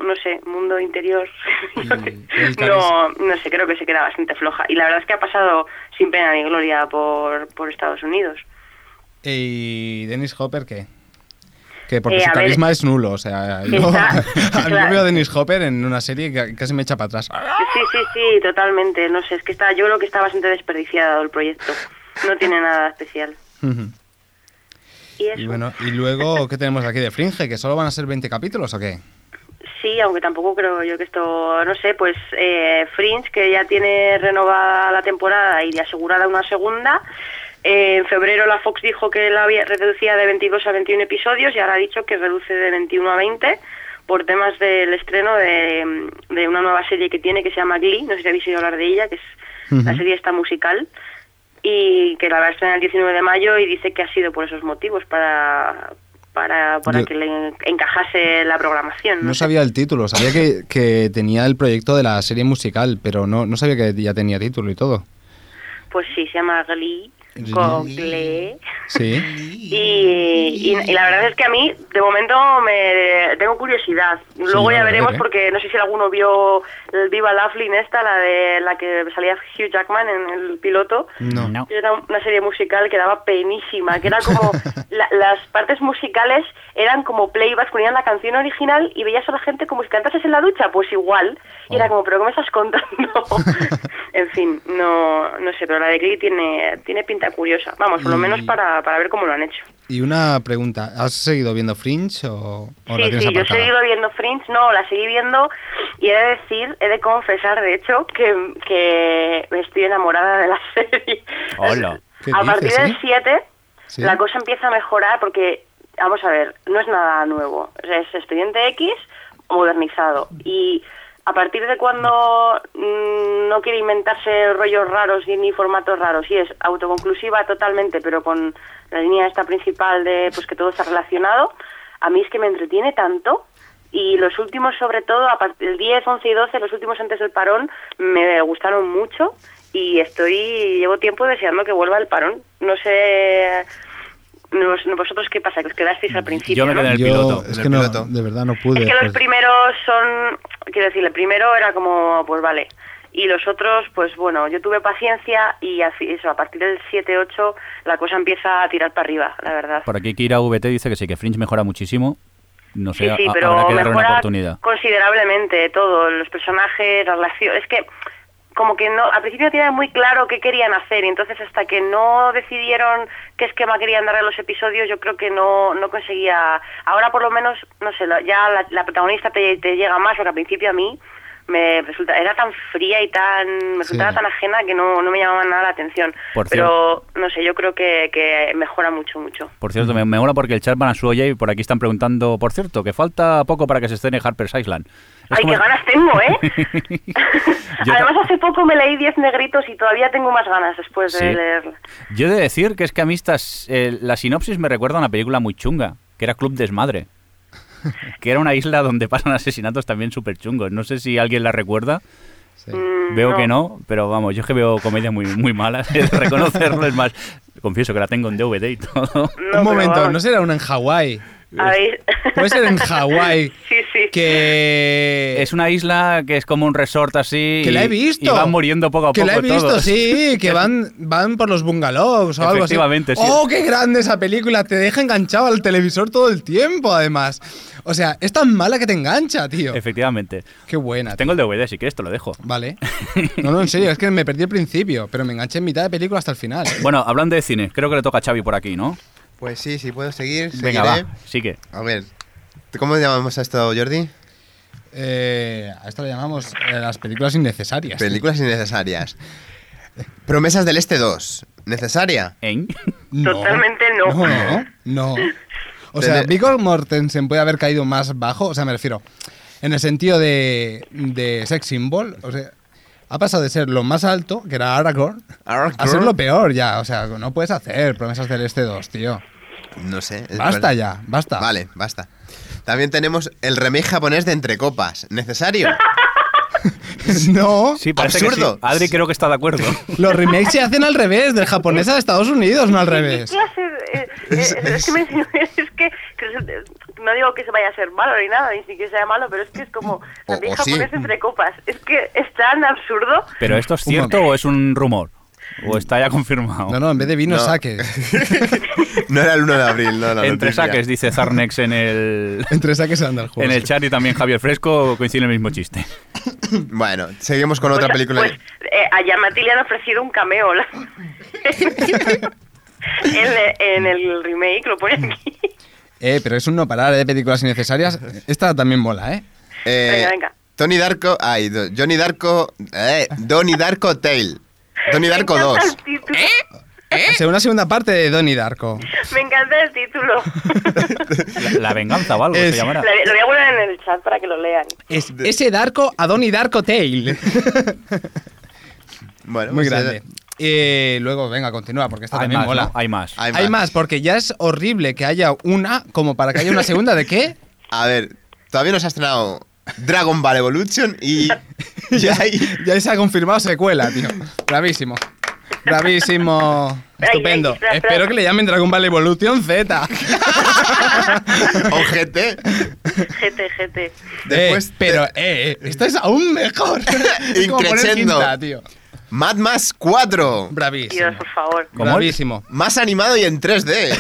No sé, mundo interior. el no, no sé, creo que se queda bastante floja. Y la verdad es que ha pasado sin pena ni gloria por, por Estados Unidos. ¿Y Dennis Hopper qué? Que Eh, porque su a ver- carisma es nulo. O sea, yo, Está- a mí claro. veo a Dennis Hopper en una serie que casi me echa para atrás. Sí, sí, sí, totalmente. No sé, es que está, yo creo que está bastante desperdiciado el proyecto. No tiene nada especial. Y, eso, Y bueno, y luego, ¿qué tenemos aquí de Fringe? ¿Que solo van a ser 20 capítulos o qué? sí, aunque tampoco creo yo que esto, no sé, pues eh, Fringe, que ya tiene renovada la temporada y asegurada una segunda. Eh, en febrero la Fox dijo que la había reducía de 22 a 21 episodios y ahora ha dicho que reduce de 21 a 20 por temas del estreno de, de una nueva serie que tiene que se llama Glee, no sé si habéis oído hablar de ella, que es la serie esta musical. y que la va a estrenar el 19 de mayo y dice que ha sido por esos motivos para para, para Yo- que le en- encajase la programación. No sé. sabía el título, sabía que, que tenía el proyecto de la serie musical, pero no, no sabía que ya tenía título y todo. Pues sí, se llama Glee. Glee. Con Glee. Sí. Y, y- y la verdad es que a mí, de momento, me tengo curiosidad. Luego Sí, a ya ver, veremos, ¿eh? porque no sé si alguno vio el Viva Laughlin esta, la de la que salía Hugh Jackman en el piloto. No. No. Era una serie musical que daba penísima, que era como... la- las partes musicales eran como playbacks, ponían la canción original y veías a la gente como si cantases en la ducha, pues igual. Y era Oh. como, ¿pero qué me estás contando? en fin, no, no sé, pero la de Glee tiene, tiene pinta curiosa. Vamos, por lo Y- menos para, para ver cómo lo han hecho. Y una pregunta, ¿has seguido viendo Fringe o, o la sí, tienes sí, yo he aparcada? seguido viendo Fringe, no, la seguí viendo y he de decir, he de confesar, de hecho, que, que me estoy enamorada de la serie. Hola. ¿Qué A dices, partir del eh? 7, Sí. la cosa empieza a mejorar porque, vamos a ver, no es nada nuevo. O sea, es Expediente X modernizado. Y a partir de cuando mm, no quiere inventarse rollos raros y ni formatos raros, y es autoconclusiva totalmente, pero con la línea esta principal de pues que todo está relacionado, a mí es que me entretiene tanto. Y los últimos, sobre todo, a partir del 10, 11 y 12, los últimos antes del parón, me gustaron mucho y estoy llevo tiempo deseando que vuelva el parón. No sé Nos- ¿Vosotros qué pasa? ¿Que os quedasteis al principio? Yo me ¿no? quedé en el Yo- piloto, Es que en el no, piloto. de verdad no pude. Es que los pues. primeros son, quiero decir, el primero era como, pues vale. Y los otros, pues bueno, yo tuve paciencia y así, eso, a partir del 7-8 la cosa empieza a tirar para arriba, la verdad. Por aquí Kira VT dice que sí, que Fringe mejora muchísimo. No sé, sí, sí, ha- pero habrá que darle una mejora oportunidad. considerablemente todo, los personajes, las relaciones, es que como que no, al principio no tenían muy claro qué querían hacer y entonces hasta que no decidieron qué esquema querían darle a los episodios yo creo que no, no conseguía, ahora por lo menos, no sé, la- ya la, la protagonista te, te llega más porque al principio a mí me resulta, era tan fría y tan, me resultaba tan ajena que no, no me llamaba nada la atención, Por pero no sé, yo creo que, que mejora mucho, mucho. Por cierto, me, me mola porque el chat van a su olla y por aquí están preguntando, por cierto, que falta poco para que se estrene Harper's Island. Es Ay, como- qué ganas tengo, ¿eh? Yo Además, ta- hace poco me leí 10 negritos y todavía tengo más ganas después de Sí. leerla. Yo he de decir que es que a mí estas, eh, la sinopsis me recuerda a una película muy chunga, que era Club Desmadre. Que era una isla donde pasan asesinatos también súper chungos. No sé si alguien la recuerda. Sí. Mm, Veo que no, pero vamos, yo es que veo comedias muy, muy malas. he de reconocerlo, es más, confieso que la tengo en DVD y todo. no, Un pero momento, vamos. ¿no será una en Hawái? A ver. Puede ser en Hawái. Sí, sí. Que. Es una isla que es como un resort así. Eh. Que la y- he visto. Y van muriendo poco a que poco. la he visto, todos. sí, que van, van por los bungalows o algo así. Efectivamente, sí. ¡Oh, qué grande esa película! Te deja enganchado al televisor todo el tiempo, además. O sea, es tan mala que te engancha, tío. Efectivamente. Qué buena. Tengo el DVD, si quieres te lo dejo. tío. Vale. No, no, en serio, es que me perdí el principio, pero me enganché en mitad de película hasta el final. Bueno, hablando de cine, creo que le toca a Xavi por aquí, ¿no? Pues sí, sí puedo seguir, Venga, seguiré. va, sigue. A ver, ¿cómo llamamos a esto, Jordi? Eh, a esto le llamamos eh, las películas innecesarias. Películas innecesarias. Promesas del Este 2. ¿Necesaria? ¿En? No, Totalmente no. No, no, no. O sea, Desde- Viggo Mortensen puede haber caído más bajo, o sea, me refiero, en el sentido de, de sex symbol, o sea, ha pasado de ser lo más alto, que era Aragorn, a Aragorn. ser lo peor ya, o sea, no puedes hacer promesas del Este 2, tío. No sé. es Basta verdad. ya, basta. Vale, basta. También tenemos el remake japonés de Entre Copas. ¿Necesario? no, Sí, parece que Absurdo. sí. Adri creo que está de acuerdo. los remakes se hacen al revés, del japonés a Estados Unidos, no al revés. ¿Qué clase de- eh, es, es que me- es que- que es- eh, no digo que se vaya a ser malo ni nada, ni siquiera sea malo, pero es que es como O- también o sí. japonés entre copas. Es que es tan absurdo. ¿Pero esto es Un cierto o es un rumor? ¿O está ya confirmado? No, no, en vez de vino, No. saques. No era el 1 de abril, no, la Entre noticia. saques, dice Zarnex en el, Entre saques anda el juego. en el chat y también Javier Fresco coincide el mismo chiste. Bueno, seguimos con otra Pues- película. Pues eh, a Yamati le han ofrecido un cameo. la- en, en el remake lo pone aquí. Eh, pero es un no parar de películas innecesarias. Esta también mola, ¿eh? Eh, Venga, venga. Tony Darko. Ay, Do- Johnny Darko. Eh, Donnie Darko Tale. Donnie Darko Me 2. encanta el título. ¿Eh? ¿Eh? O sea, una Ah, segunda parte de Donnie Darko. Me encanta el título. La, la venganza o algo Es- se llamará. Lo- Lo voy a poner en el chat para que lo lean. Es Ah, ese Darko a Donnie Darko Tale. Bueno, Muy pues, grande. eh, Eh, luego, venga, continúa, porque esta Hay también más, mola. ¿no? Hay más. hay Hay más, porque ya es horrible que haya una como para que haya una segunda de qué. A ver, todavía no se ha estrenado Dragon Ball Evolution y. ya hay. Ya se ha confirmado secuela, tío. Bravísimo. Bravísimo. Ay, Estupendo. ay, espera, espera. Espero que le llamen Dragon Ball Evolution Z. Eh, Ojete. GT, GT. Después. Eh, pero, eh, eh, esta es aún mejor. Es como poner Increchendo. quinta, tío. Mad Max 4. Bravísimo. Dios, por favor. ¿Cómo? Bravísimo. Más animado y en 3D.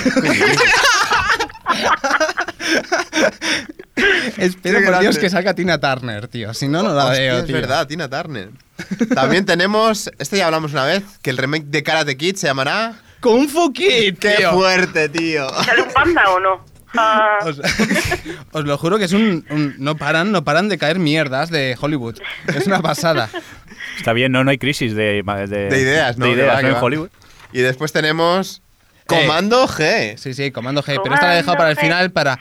Espero por Qué grande. Dios que salga Tina Turner, tío. Si no, no la Hostia, veo, es tío. verdad, Tina Turner. También tenemos, este ya hablamos una vez, que el remake de Karate Kid se llamará. Kung Fu Kid, ¡Qué tío. fuerte, tío! ¿Sale un panda o no? Ah, Os, os lo juro que es un, un- no paran, no paran de caer mierdas de Hollywood. Es una pasada. Está bien, no, no hay crisis de, de, De ideas, ¿no? de Que ideas, ¿no? va, que en va. Hollywood. Y después tenemos. Comando G. Sí, sí, Comando G, pero esta la he dejado para el Comando G. final para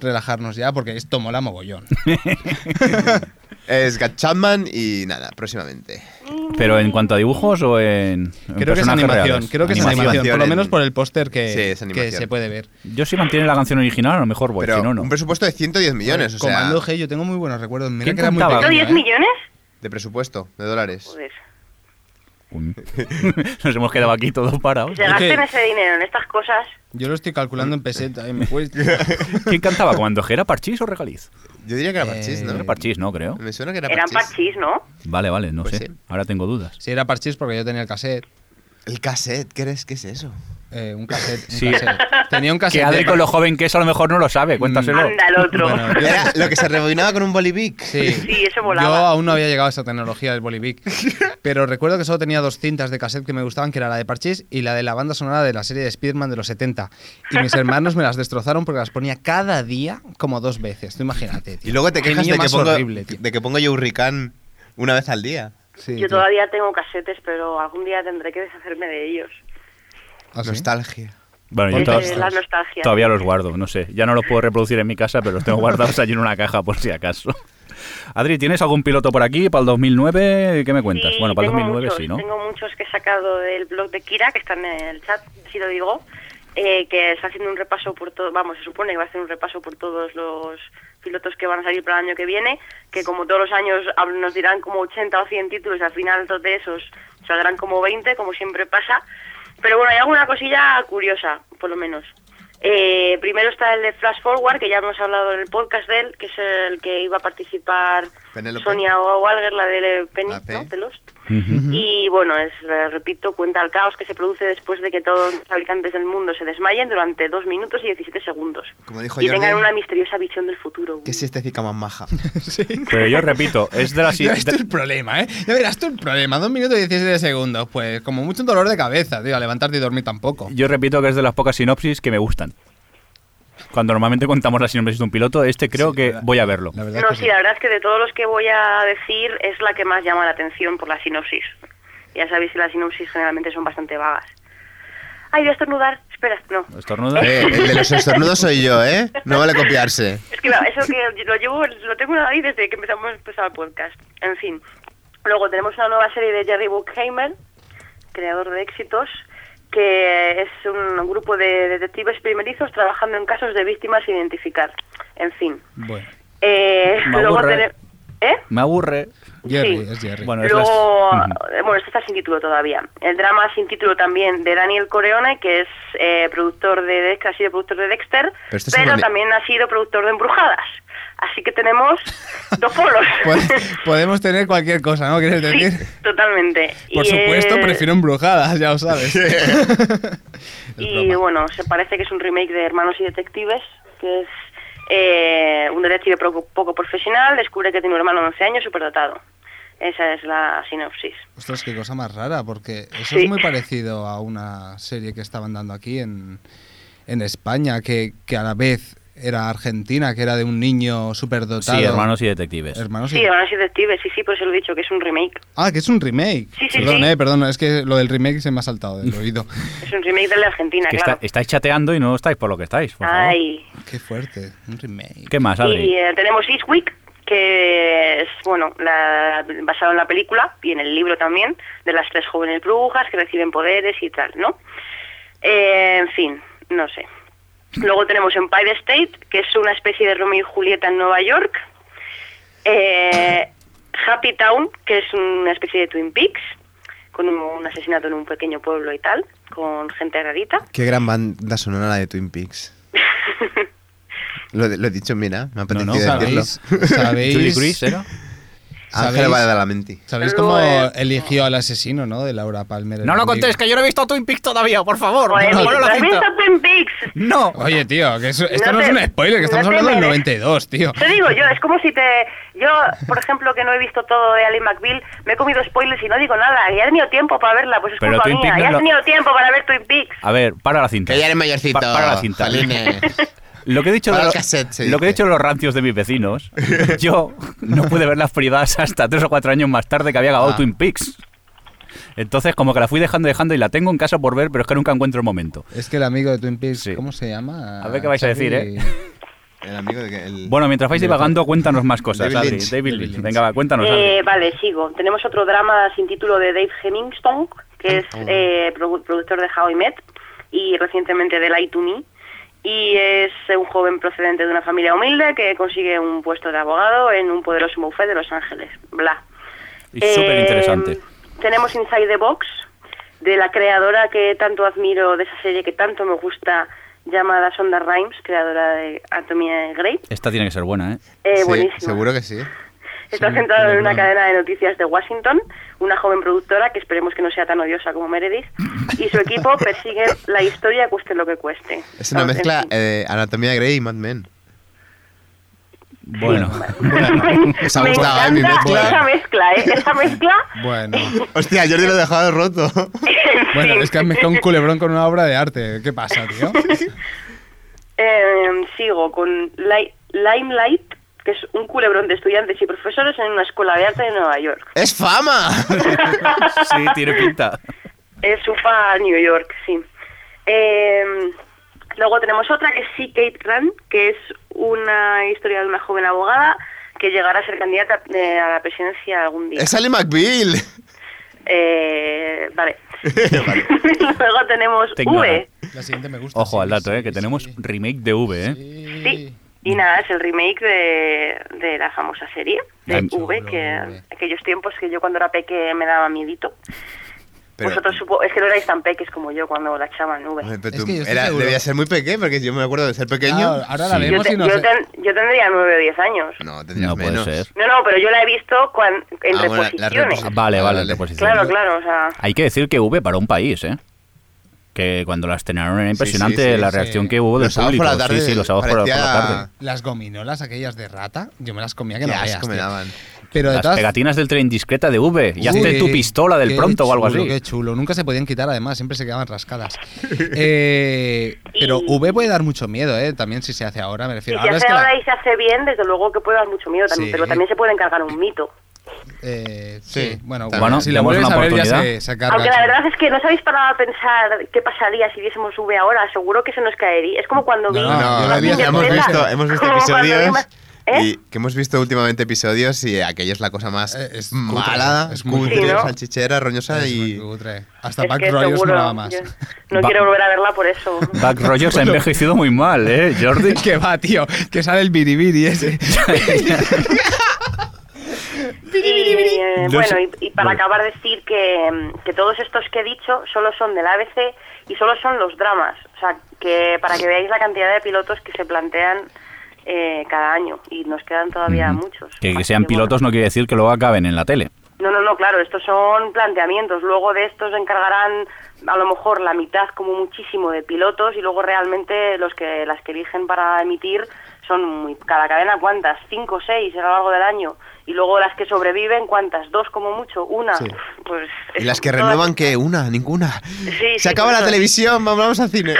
relajarnos ya porque esto mola mogollón. Es Gatchaman y nada, próximamente. Pero en cuanto a dibujos o en. en Creo que es personajes animación, reales? creo que es Animación. animación, por lo en- menos por el póster Sí, que, es que animación. se puede ver. Yo si mantiene la canción original, a lo mejor voy, Pero si no, no. un presupuesto de 110 millones, o sea, Pues Comando G, yo tengo muy ¿eh? buenos recuerdos. Mira ¿Quién que era muy cantaba? pequeño, ¿110 ¿eh? millones? de presupuesto, de dólares. Joder. Un- Nos hemos quedado aquí todos parados. Se Es que- gasten ese dinero en estas cosas. Yo lo estoy calculando en peseta y me cuesta. ¿Quién cantaba cuando ¿Era Parchís o Regaliz? Yo diría que era Eh, Parchís, ¿no? Era Parchís, no creo. Me suena que era Eran Parchís. parchís, ¿no? Vale, vale, no Pues sé. sí. Ahora tengo dudas. Si era parchís porque yo tenía el cassette. El cassette, ¿qué es, qué es eso? Eh, un cassette. un Sí. cassette. Tenía un Que cassette. Adri de- con lo joven que es a lo mejor no lo sabe, cuéntaselo. Anda el otro. Bueno, yo- Era lo que se rebobinaba con un bolivic. Sí. Sí, eso volaba. Yo aún no había llegado a esa tecnología del Bolivic. Pero recuerdo que solo tenía dos cintas de cassette que me gustaban, que era la de Parchís y la de la banda sonora de la serie de Spider-Man de los 70. Y mis hermanos me las destrozaron porque las ponía cada día como dos veces. Tú imagínate, tío. Y luego te Qué quejas niño de que, más pongo, horrible, tío. de que pongo yo Hurricán una vez al día. Sí, Yo tío. todavía tengo casetes, pero algún día tendré que deshacerme de ellos. ¿Ah, sí? Nostalgia. Bueno, yo Porque to- es la nostalgia. todavía los guardo, no sé. Ya no los puedo reproducir en mi casa, pero los tengo guardados allí en una caja por si acaso. Adri, ¿tienes algún piloto por aquí para el 2009? ¿Qué me cuentas? Sí, bueno, para el tengo 2009 muchos, sí, ¿no? Tengo muchos que he sacado del blog de Kira, que están en el chat, si lo digo, eh, que está haciendo un repaso por todo, vamos, se supone que va a hacer un repaso por todos los pilotos que van a salir para el año que viene, que como todos los años hab- nos dirán como 80 o 100 títulos y al final dos de esos saldrán como 20, como siempre pasa. Pero bueno, hay alguna cosilla curiosa, por lo menos. Eh, primero está el de Flash Forward, que ya hemos hablado en el podcast de él, que es el que iba a participar Penélope. Sonia Walger, la de Penny, La P. ¿no? de Lost. Ujú. Y bueno, es, eh, repito, cuenta el caos que se produce después de que todos los habitantes del mundo se desmayen durante 2 minutos y 17 segundos. Como dijo y Jordi, tengan una misteriosa visión del futuro. que si este cica más maja. Pero yo repito, es de la Ya ves tú siguiente. el problema, ¿eh? Ya verás tú el problema. Dos minutos y 17 segundos. Pues como mucho un dolor de cabeza, tío. A levantarte y dormir tampoco. Yo repito que es de las pocas sinopsis que me gustan. Cuando normalmente contamos las sinopsis de un piloto, este creo Sí, que la- voy a verlo. La verdad No, es que sí, la verdad es que de todos los que voy a decir es la que más llama la atención por la sinopsis. Ya sabéis que las sinopsis generalmente son bastante vagas. Ay, voy a estornudar. Espera, no. Estornuda. Eh, el de los estornudos soy yo, ¿eh? No vale copiarse. Es que claro, eso que lo llevo, lo tengo ahí desde que empezamos pues, al podcast. En fin. Luego tenemos una nueva serie de Jerry Bruckheimer, creador de éxitos, que es un grupo de detectives primerizos trabajando en casos de víctimas sin identificar. En fin. Bueno, Eh, Me luego aburre. tene- ¿Eh? Me aburre. Jerry, Sí. es Jerry. Bueno, es Luego, las- eh, bueno, este está sin título todavía. El drama sin título también de Daniel Coreone, que es eh, productor de Dexter, ha sido productor de Dexter, Pero pero, este es un mani- también ha sido productor de Embrujadas. Así que tenemos dos polos. Pod- podemos tener cualquier cosa, ¿no? ¿Quieres sí, decir? totalmente. Por Y, supuesto, eh, prefiero embrujadas, ya lo sabes. Y bueno, se parece que es un remake de Hermanos y Detectives, que es eh, un detective poco, poco profesional, descubre que tiene un hermano de 11 años superdotado. Esa es la sinopsis. Ostras, qué cosa más rara, porque eso Sí. es muy parecido a una serie que estaban dando aquí en, en España, que, que a la vez era argentina, que era de un niño superdotado. Sí, hermanos y detectives. Hermanos y- Sí, Hermanos y Detectives, sí, sí, por eso lo he dicho, que es un remake. Ah, que es un remake. Sí, sí, perdón, sí. eh, perdón, es que lo del remake se me ha saltado del oído. Es un remake de la Argentina, Que claro. está- estáis chateando y no estáis por lo que estáis. por favor. Ay. qué fuerte, un remake. ¿Qué más, Adri? Y eh, tenemos Eastwick, que es, bueno, la- basado en la película y en el libro también, de las tres jóvenes brujas que reciben poderes y tal, ¿no? Eh, en fin, no sé. Luego tenemos Empire State, que es una especie de Romeo y Julieta en Nueva York. Eh, Happy Town, que es una especie de Twin Peaks, con un, un asesinato en un pequeño pueblo y tal, con gente rarita. Qué gran banda sonora la de Twin Peaks. Lo, de- lo he dicho, mira, me ha apetecido no, decirlo. ¿Sabéis? eh. Julie ¿Sabéis? Cruise, ¿era? Ángela ¿Sabéis? Badalamenti. ¿Sabéis Luego, cómo eh, eligió al asesino, no? De Laura Palmer. el No lo mendigo. contéis, que yo no he visto Twin Peaks todavía, por favor. Joder, No, no lo ¿has quito. visto Twin Peaks? No. Oye, tío, que eso- esto No no, te- es un spoiler, que estamos no te hablando del mereces. 92, tío. Te digo yo, es como si te... Yo, por ejemplo, que no he visto todo de Ali McBeal, me he comido spoilers y no digo nada. Y he tenido tiempo para verla, pues es Pero culpa Twin mía. Peaks no Ya lo- has tenido tiempo para ver Twin Peaks. A ver, para la cinta. Que ya eres mayorcito. Pa- para la cinta. Jolines. Lo que he dicho, Para de, el lo, cassette, se lo que he dice. dicho de los rancios de mis vecinos, yo no pude ver las privadas hasta tres o cuatro años más tarde que había acabado Ah. Twin Peaks. Entonces, como que la fui dejando, dejando y la tengo en casa por ver, pero es que nunca encuentro el momento. Es que el amigo de Twin Peaks, Sí. ¿cómo se llama? A ver qué vais a decir, Charlie- ¿eh? El amigo de que- el- Bueno, mientras vais Director. divagando, cuéntanos más cosas, David Adri. Lynch. David David Lynch. Lynch. Venga, va, cuéntanos, Adri. Eh, vale, sigo. Tenemos otro drama sin título de Dave Hemmingstone, que es Oh. eh, produ- productor de How I Met y recientemente de Lie to Me. Y es eh, un joven procedente de una familia humilde que consigue un puesto de abogado en un poderoso buffet de Los Ángeles. Bla. Y súper interesante. Eh, tenemos Inside the Box, de la creadora que tanto admiro de esa serie que tanto me gusta, llamada Sonda Rhimes, creadora de Anatomía de Grey. Esta tiene que ser buena, ¿eh? Eh, Sí, buenísima. Seguro que sí. Está Sí, centrado en una bueno. cadena de noticias de Washington, una joven productora que esperemos que no sea tan odiosa como Meredith, y su equipo persigue la historia cueste lo que cueste. Es Ah, una En mezcla fin. eh, de Anatomía de Grey y Mad Men. Bueno. Os ha me gustado, encanta ¿eh? Mi mezcla. esa mezcla, ¿eh? Esa mezcla. Bueno. Hostia, Jordi lo he dejado roto. en Bueno, fin. es que has mezclado un culebrón con una obra de arte. ¿Qué pasa, tío? Eh, sigo con Li- Limelight, que es un culebrón de estudiantes y profesores en una escuela de arte de Nueva York. ¡Es fama! sí, tiene pinta. Es UFA New York, sí. Eh, luego tenemos otra que es Sea Kate Grant, que es una historia de una joven abogada que llegará a ser candidata eh, a la presidencia algún día. ¡Es Sally McBeal! Eh, vale. Vale. luego tenemos Te V. ignora. La siguiente me gusta. Ojo sí, al dato, sí, ¿eh? Que sí, tenemos sí. remake de V, ¿eh? Sí. Y nada, es el remake de, de la famosa serie de Ay, V, chulo, V. que aquellos tiempos que yo cuando era peque me daba miedito. Pero- Pues Vosotros supo, es que no erais tan peques como yo cuando la echaban en V. Hombre, pero Es tú que yo estoy era- seguro. debía ser muy pequeño, porque yo me acuerdo de ser pequeño. Ahora, ahora la Sí. Yo, vemos te- y no yo sé. ten- yo tendría nueve o diez años. No, tendrías No puede menos. ser. No, no, pero yo la he visto cuan- en Ah, bueno, la- la reposiciones. reposición. Vale, vale, Vale. reposición. claro, claro, o sea, Hay que decir que V para un país, ¿eh? Que cuando las estrenaron era impresionante sí, sí, la sí. reacción que hubo del Los sábados público. por la tarde sí, sí, los sábados por, la- por la parecía- tarde. Las gominolas aquellas de rata, yo me las comía que Qué no veas, asco me tío. Ah, daban. Pero de Las todas... pegatinas del tren discreta de V. Y Uy, hazte tu pistola del qué pronto o algo chulo, así. Qué chulo, nunca se podían quitar además, siempre se quedaban rascadas. Eh, pero V puede dar mucho miedo, ¿eh? También si se hace ahora, me si refiero. se ahora es hace que la- ahora y se hace bien, desde luego que puede dar mucho miedo también, Sí. pero también se puede encargar un mito. eh, sí, Sí, bueno, bueno, también. Bueno, si la damos vuelves una a ver ya se, oportunidad. se carga. Aunque la verdad es que no sabéis parado a pensar qué pasaría si viésemos V ahora, seguro que se nos caería. Es como cuando vi... No, no, No, yo la vi hace hemos, poco. visto, hemos visto Como cuando vi episodios. más- ¿Eh? Y que hemos visto últimamente episodios y aquello es la cosa más Eh, es cutre, mala, es muy cutre, cutre. Sí, ¿no? salchichera, roñosa Es muy y... cutre. Hasta Es Back que Royals seguro- molaba más. yo no Va- quiero volver a verla por eso. Buck Rogers ha envejecido muy mal, ¿eh, Jordi? que va, tío, que sale el biribiri ese. Y, eh, Yo bueno, sé- y, y para Vale. acabar decir que, mm, que todos estos que he dicho solo son del ABC y solo son los dramas. O sea, que para que veáis la cantidad de pilotos que se plantean eh, cada año y nos quedan todavía Ujú. muchos. Que, que Así sean bueno. pilotos no quiere decir que luego acaben en la tele. No, no, no, claro, estos son planteamientos. Luego de estos se encargarán a lo mejor la mitad como muchísimo de pilotos y luego realmente los que las que eligen para emitir son muy, cada cadena cuántas, cinco o seis a lo largo del año y luego las que sobreviven cuántas, dos como mucho, una. Sí. Pues Y las que todas- renuevan, que una, ninguna. Sí, sí, Se acaba por la eso. televisión, vamos al cine.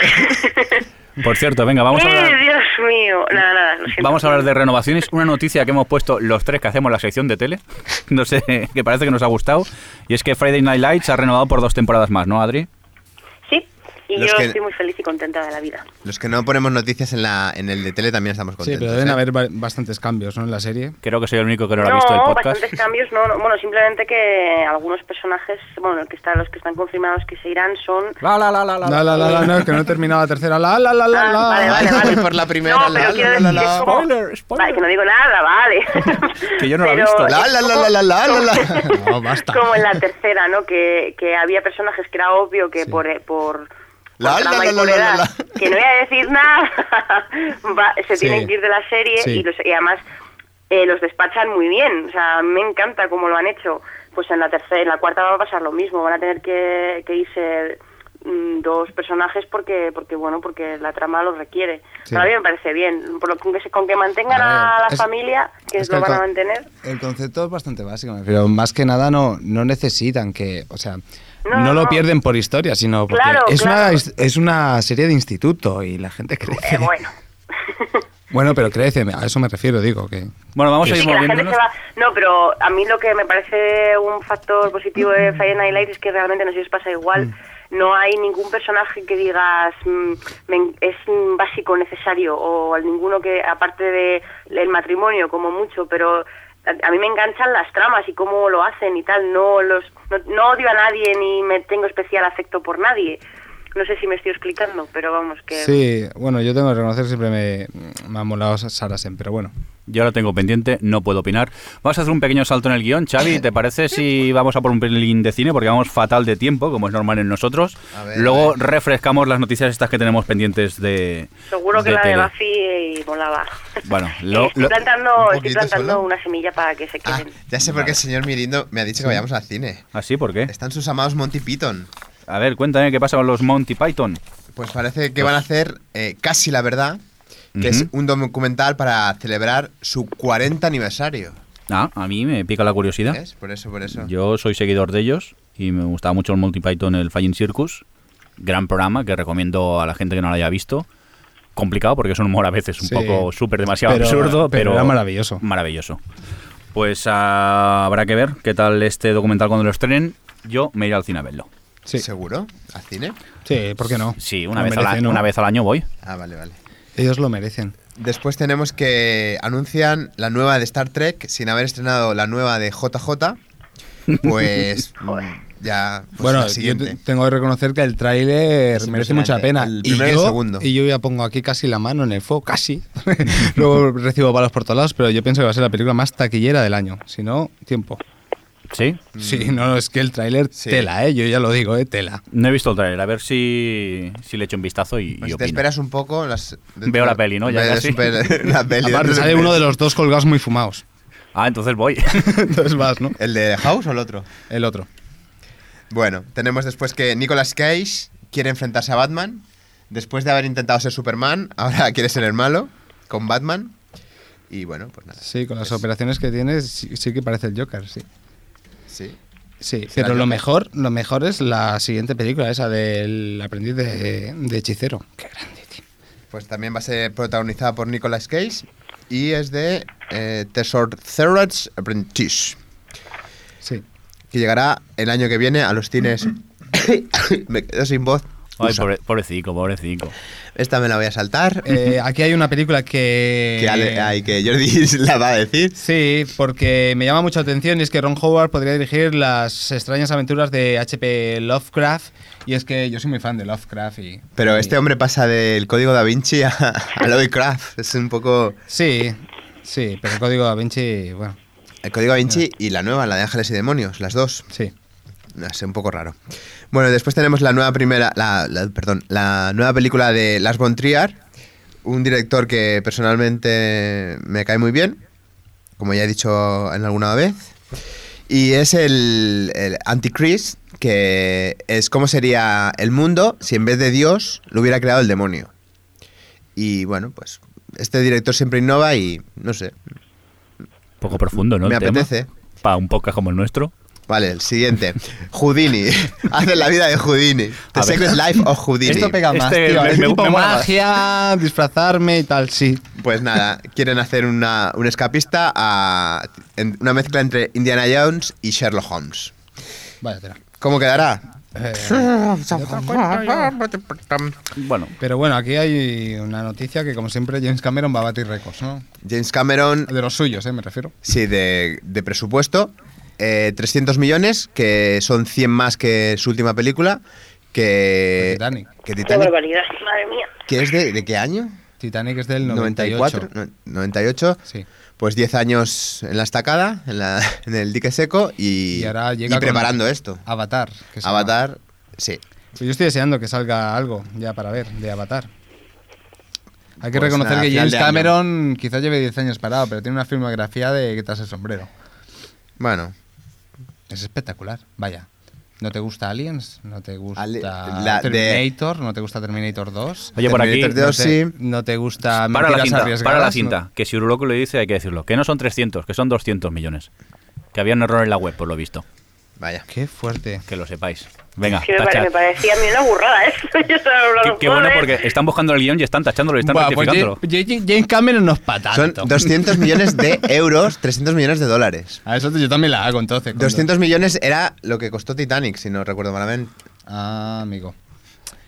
Por cierto, venga, vamos a ¡Eh, hablar... Dios mío! Nada, nada, lo siento. Vamos a hablar de renovaciones. Una noticia que hemos puesto los tres que hacemos la sección de tele. No sé, que parece que nos ha gustado. Y es que Friday Night Lights ha renovado por dos temporadas más, ¿no, Adri? Sí, y Los yo que- estoy muy feliz y contenta de la vida. Los que no ponemos noticias en, la, en el de tele también estamos Sí, contentos. pero deben ¿eh? haber ba- bastantes cambios, ¿no? En la serie. Creo que soy el único que no lo ha visto el podcast. bastantes cambios, no, no. Bueno, simplemente que algunos personajes, bueno, que están, los que están confirmados que se irán son... La, la, la, la, la. La, la, la, la, Oh, no, es que no he terminado la tercera. La, la, la, la, Ah, la. vale, vale, Ay, vale. voy por la primera, No, la, pero la, quiero la, decir la, que la. es como- Spoiler, spoiler. Vale, que no digo nada, vale. Que yo no la he Pero visto. es La, la, la, como- la, la, la, la. No, basta. Como en la tercera, ¿no? Que, que había personajes que era obvio que por... eh, por La, por la, trama la, y la, por la, edad, la, la. Que no voy a decir nada. Va, se Sí. tienen que ir de la serie Sí. y, los- y además eh, los despachan muy bien. O sea, me encanta cómo lo han hecho. Pues en la tercera, en la cuarta va a pasar lo mismo. Van a tener que, que irse mm, dos personajes porque porque bueno porque la trama lo requiere Sí. Pero a mí me parece bien por lo, con, que se- con que mantengan A a, ver, la es- familia que es que lo el van a co- mantener eh, El concepto es bastante básico, pero más que nada no, no necesitan que, o sea, no, No, no, lo no. pierden por historia, sino porque Claro, es, claro. Una, es una serie de instituto y la gente crece. Eh, bueno Bueno, pero crece, a eso me refiero, digo que... Bueno, vamos a Sí, ir que la gente moviéndonos. se va- No, pero a mí lo que me parece un factor positivo de Friday Night Lights es que realmente, no sé si os pasa igual, Mm. no hay ningún personaje que digas mm, me en- es mm, básico, necesario, o ninguno que, aparte de el matrimonio, como mucho, pero a, a mí me enganchan las tramas y cómo lo hacen y tal. No, los, no, no odio a nadie ni me tengo especial afecto por nadie. No sé si me estoy explicando, pero vamos, que... Sí, bueno, yo tengo que reconocer que siempre me, me ha molado Sarasen, pero bueno. Yo la tengo pendiente, no puedo opinar. Vamos a hacer un pequeño salto en el guión. Xavi, ¿te parece si vamos a por un pelín de cine? Porque vamos fatal de tiempo, como es normal en nosotros. A ver, Luego a ver. refrescamos las noticias estas que tenemos pendientes de... Seguro que de la de tele. Buffy eh, molaba. Bueno, Eh, lo- estoy lo- plantando, un estoy poquito plantando solo. una semilla para que se Ah, queden. ya sé por qué el señor Mirindo me ha dicho que vayamos al cine. ¿Ah, sí? ¿Por qué? Están sus amados Monty Python. A ver, cuéntame qué pasa con los Monty Python. Pues parece que van a hacer eh, casi la verdad, que Ujú. es un documental para celebrar su 40 aniversario. Ah, a mí me pica la curiosidad. ¿Ves? Por eso, por eso. Yo soy seguidor de ellos y me gustaba mucho el Monty Python, el Flying Circus. Gran programa que recomiendo a la gente que no lo haya visto. Complicado porque es un humor a veces un Sí. poco súper demasiado Pero- absurdo, pero pero, era maravilloso. Maravilloso. Pues ah, habrá que ver qué tal este documental cuando lo estrenen. Yo me iré al cine a verlo. Sí, ¿Seguro? ¿Al cine? sí ¿por qué no? Sí, una, Lo vez, al merecen, a- ¿no? una vez al año voy. Ah, vale, vale. Ellos lo merecen. Después tenemos que anuncian la nueva de Star Trek sin haber estrenado la nueva de JJ. Pues mm, ya pues bueno, la yo siguiente. te- tengo que reconocer que el tráiler Es merece mucha impresionante. pena. El y, primero y el yo, segundo. y yo ya pongo aquí casi la mano en el fuego, casi. Luego recibo balas por todos lados, pero yo pienso que va a ser la película más taquillera del año. Si no, tiempo. Sí. Sí, no, no, es que el tráiler Mm. Sí. tela, ¿eh? Yo ya lo digo, ¿eh? Tela. No he visto el trailer, a ver si, si le echo un vistazo y, Pues y si te opino. esperas un poco. Las, Veo la peli, ¿no? Ya Ves casi. super- la peli. Aparte dentro sale del- uno de los dos colgados muy fumados. Ah, entonces voy. Entonces vas, ¿no? ¿El de House o el otro? El otro. Bueno, tenemos después que Nicolas Cage quiere enfrentarse a Batman. Después de haber intentado ser Superman, ahora quiere ser el malo con Batman. Y bueno, pues nada. Sí, con las Es- operaciones que tienes, sí, sí que parece el Joker, sí. Sí. Sí, ¿Será pero lo Joker? mejor, lo mejor es la siguiente película, esa del aprendiz de, de hechicero. Qué grande, tío. Pues también va a ser protagonizada por Nicolas Cage y es de eh, Tesor Thorodd's Apprentice, Sí. que llegará el año que viene a los cines. me quedo sin voz. Ay, Usa. pobre, pobrecico, pobrecico. Esta me la voy a saltar. Eh, aquí hay una película que... que, Ale- ay, que Jordi la va a decir. Sí, porque me llama mucha atención y es que Ron Howard podría dirigir las extrañas aventuras de H.P. Lovecraft y es que yo soy muy fan de Lovecraft y... Pero y- este hombre pasa del código da Vinci a, a Lovecraft. Es un poco. Sí, sí, pero el código da Vinci, bueno, El código da Vinci y la nueva, la de Ángeles y Demonios, las dos. sí. No sé, un poco raro. Bueno, después tenemos la nueva primera, la, la- perdón, la nueva película de Lars von Trier, un director que personalmente me cae muy bien, como ya he dicho en alguna vez, y es el, el Antichrist, que es cómo sería el mundo si en vez de Dios lo hubiera creado el demonio. Y bueno, pues este director siempre innova y no sé. Poco profundo, ¿no? Me el tema? apetece. Para un podcast como el nuestro. Vale, el siguiente. Houdini. Hace la vida de Houdini. The A ver. Secret Life of Houdini. Esto pega más, Este tío. me- es me- tipo me mola más. magia, disfrazarme y tal, sí. Pues nada, quieren hacer una, un escapista a en- una mezcla entre Indiana Jones y Sherlock Holmes. Vaya tela. ¿Cómo quedará? Eh, Bueno, pero bueno, aquí hay una noticia que como siempre James Cameron va a batir récords, ¿no? James Cameron, De los suyos, ¿eh? Me refiero. sí, de, de presupuesto, eh, 300 millones, que son 100 más que su última película, que Que Titanic. que Qué Titanic, barbaridad, madre mía. que es de, de qué año? Titanic es del 98. 94, no- 98. Sí. pues 10 años en la estacada, en, la- en el dique seco y, Y ahora llega y con preparando esto. Avatar. que se Avatar, sí. llama. Yo estoy deseando que salga algo ya para ver de Avatar. Hay que Pues reconocer nada, que final James de año. Cameron quizás lleve 10 años parado, pero tiene una filmografía de quitarse el sombrero. Bueno, Es espectacular, vaya. ¿No te gusta Aliens? ¿No te gusta Ali- la de- Terminator? ¿No te gusta Terminator 2? oye, por aquí. Terminator no, Yo sí. te, no te gusta Para la Mentiras cinta, Arriesgadas, para la ¿no? cinta. Que si Uruloco le dice, hay que decirlo. Que no son 300, que son 200 millones. Que había un error en la web, por lo visto. vaya. Qué fuerte. Que lo sepáis. Venga, Sí, me, pare- tachad. me parecía a mí una burrada esto. Yo solo hablo Qué, los qué bueno, jueves. porque están buscando el guión y están tachándolo y están Buah, pues rectificándolo. J- J- James Cameron no es pa' Son tanto. 200 millones de euros, 300 millones de dólares. A eso yo también la hago entonces. coño. 200 millones era lo que costó Titanic, si no recuerdo malamente. Ah, amigo.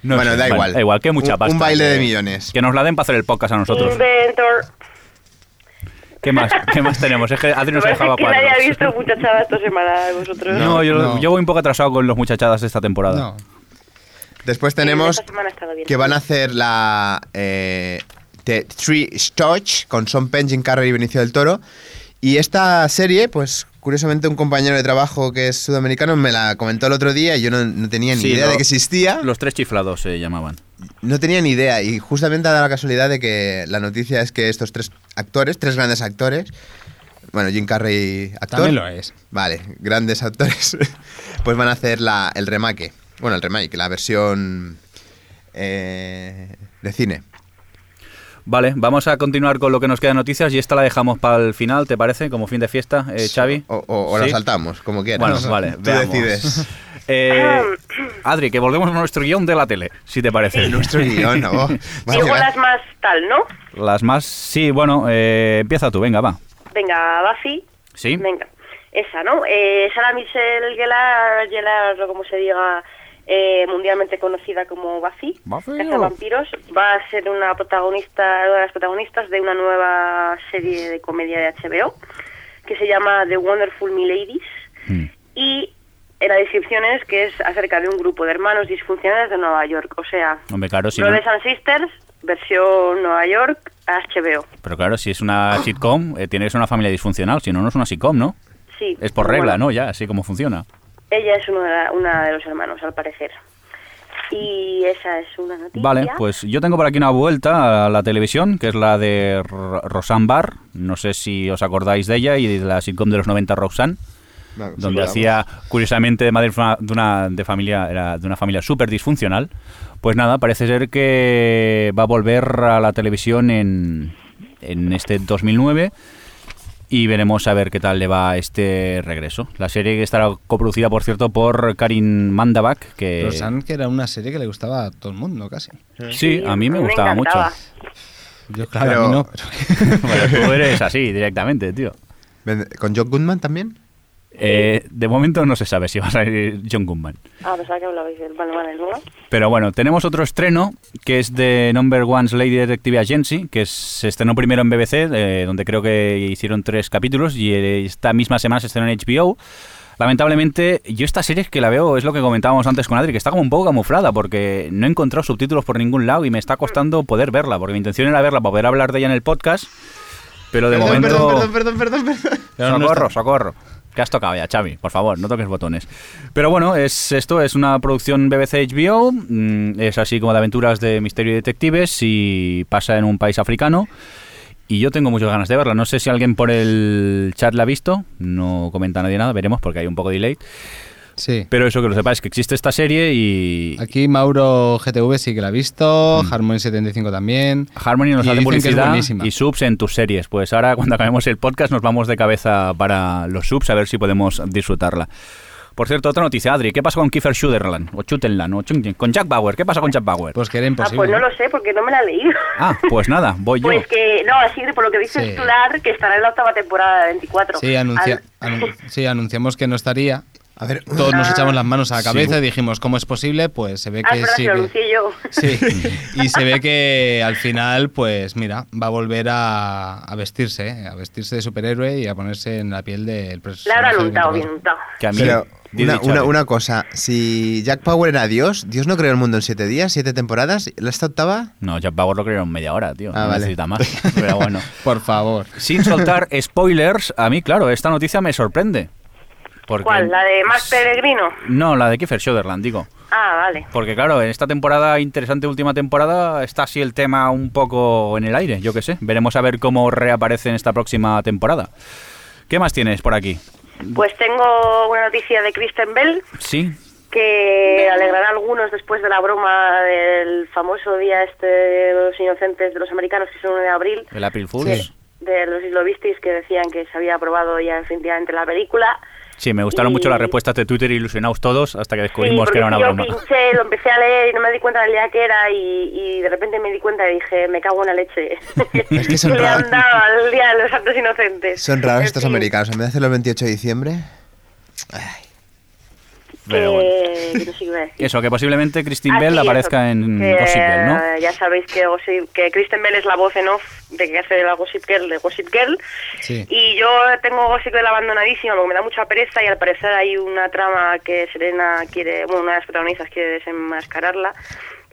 No bueno, sé, da vale, igual. Da igual, que mucha Un- pasta. Un baile de Que- millones. Que nos la den para hacer el podcast a nosotros. Inventor. ¿Qué más, ¿Qué más tenemos? Es que Adri Me nos parece dejaba que nadie haya visto cuadros. muchachada esta semana de vosotros. No, yo, No. yo voy un poco atrasado con los muchachadas esta temporada. No. Después tenemos esta semana ha estado bien. que van a hacer la eh, The Three Stooges con Sean Penn, Jim Carrey y Benicio del Toro. Y esta serie, pues curiosamente un compañero de trabajo que es sudamericano me la comentó el otro día y yo no, no tenía ni Sí, idea lo- de que existía. Los tres chiflados se llamaban. No tenía ni idea y justamente ha dado la casualidad de que la noticia es que estos tres actores, tres grandes actores, bueno, Jim Carrey actor. También lo es. Vale, grandes actores, pues van a hacer la, el remake, bueno, el remake, la versión eh, de cine. Vale, vamos a continuar con lo que nos queda de noticias y esta la dejamos para el final, ¿te parece? Como fin de fiesta, eh, Xavi. O, o- o la ¿Sí? saltamos, como quieras. Bueno, vale, Tú veamos. decides. Eh, Adri, que volvemos a nuestro guión de la tele, si te parece. Nuestro guión, ¿no? Vale, Digo vale. las más tal, ¿no? Las más... Sí, bueno, eh, empieza tú, venga, va. Venga, Buffy. ¿Sí? Venga, esa, ¿no? Eh, Sarah Michelle Gellar, Gellar, o como se diga, eh, mundialmente conocida como Buffy, Buffy, Cazavampiros, vampiros, va a ser una protagonista, una de las protagonistas de una nueva serie de comedia de HBO que se llama The Wonderful Miladies Mm. y en la descripción es que es acerca de un grupo de hermanos disfuncionales de Nueva York, o sea, Hombre, claro, si no- Brothers and Sisters, versión Nueva York, HBO. Pero claro, si es una sitcom, eh, tiene que ser una familia disfuncional, si no, no es una sitcom, ¿no? Sí. Es por bueno. regla, ¿no? Ya, así como funciona. Ella es uno de la- una de los hermanos, al parecer. Y esa es una noticia. Vale, pues yo tengo por aquí una vuelta a la televisión, que es la de R- Roseanne Barr. No sé si os acordáis de ella y de la sitcom de los 90 Roxanne, No, donde saludamos. hacía, curiosamente, de madre fa- de una, de familia, era de una familia súper disfuncional. Pues nada, parece ser que va a volver a la televisión en, en este 2009 y veremos a ver qué tal le va este regreso. La serie que estará coproducida, por cierto, por Karin Mandavak, que... Roseanne, que era una serie que le gustaba a todo el mundo, casi. Sí, a mí me gustaba mucho. encantaba. Yo, claro, Pero- a mí no. pero- Bueno, tú eres así directamente, tío. Ven- ¿Con John Goodman también? Eh, de momento no se sabe si va a salir John Goodman. Ah, pensaba que hablabais del Vale, vale, ¿no? Pero bueno, tenemos otro estreno que es de Number One's Lady Detective Agency, que es- se estrenó primero en BBC, eh, donde creo que hicieron tres capítulos, y eh, esta misma semana se estrenó en HBO. Lamentablemente, yo esta serie es que la veo, es lo que comentábamos antes con Adri, que está como un poco camuflada, porque no he encontrado subtítulos por ningún lado y me está costando poder verla, porque mi intención era verla para poder hablar de ella en el podcast, pero de perdón, momento... perdón, perdón, perdón, perdón, perdón. Pero no socorro, está- socorro. ¿Qué has tocado ya, Xavi? Por favor, no toques botones. Pero bueno, es esto es una producción BBC HBO, mm, es así como de aventuras de misterio y detectives y pasa en un país africano. Y yo tengo muchas ganas de verla. No sé si alguien por el chat la ha visto. No comenta nadie nada. Veremos porque hay un poco de delay. Sí. Pero eso que lo sepáis que existe esta serie y Aquí Mauro GTV sí que la ha visto, Harmony75 también. Mm. Harmony nos Y hace dicen que es publicidad buenísima. y subs en tus series. Pues ahora cuando acabemos el podcast nos vamos de cabeza para los subs a ver si podemos disfrutarla. Por cierto, otra noticia, Adri, ¿qué pasa con Kiefer Sutherland? O Chutenland, o Chung- con Jack Bauer, ¿qué pasa con Jack Bauer? Pues que era Ah, imposible. pues no ¿no? lo sé, porque no me la he leído. ah, pues nada, voy yo. Pues que, no, así por lo que dices Sí. tú, Lar, que estará en la octava temporada de 24. Sí, anuncia- Al- anun- sí, anunciamos que no estaría. A ver, Todos nos Ah. echamos las manos a la Sí. cabeza y dijimos, ¿cómo es posible? Pues se ve Ah, que espera, sí. que lo que- anuncié yo. Sí, y se ve que al final, pues mira, va a volver a, a vestirse, ¿eh? a vestirse de superhéroe y a ponerse en la piel del La personaje. habrán que untado, interpreta. bien untado. Que a mí- Pero Didi una, Chávez. una- una cosa, si Jack Power era Dios, Dios no creó el mundo en siete días, siete temporadas, ¿la esta octava? No, Jack Bauer lo crearon media hora, tío. Ah, no vale. necesita más. Pero bueno. Por favor. Sin soltar spoilers, a mí, claro, esta noticia me sorprende. Porque- ¿Cuál? ¿La de Max Peregrino? No, la de Kiefer Sutherland, digo. Ah, vale. Porque claro, en esta temporada, interesante última temporada, está así el tema un poco en el aire, yo qué sé. Veremos a ver cómo reaparece en esta próxima temporada. ¿Qué más tienes por aquí? Pues tengo una noticia de Kristen Bell, Sí. que alegrará a algunos después de la broma del famoso día este de los inocentes de los americanos, que es el 1 de abril, El April Fools. Sí. Sí, de los islovistis que decían que se había aprobado ya definitivamente la película. me gustaron Y- mucho las respuestas de Twitter ilusionados todos hasta que descubrimos Sí, que era una porque broma. Yo pinché, lo empecé a leer y no me di cuenta del día que era y, y de repente me di cuenta y dije, me cago en la leche. Es que son le raros. han dado al día de los santos inocentes. Son raros En estos fin. americanos, en vez de hacerlo el 28 de diciembre... Ay, Pero bueno. que- que no sé qué iba a decir. Eso, que posiblemente Christine Ah, Bell sí, eso, aparezca en que, Gossip Girl, ¿no? Ya sabéis que, Gossip- que Kristen Bell es la voz en off de que hace la Gossip Girl de Gossip Girl. Sí. Y yo tengo Gossip Girl abandonadísima porque me da mucha pereza y al parecer hay una trama que Serena quiere, bueno, una de las protagonistas quiere desenmascararla.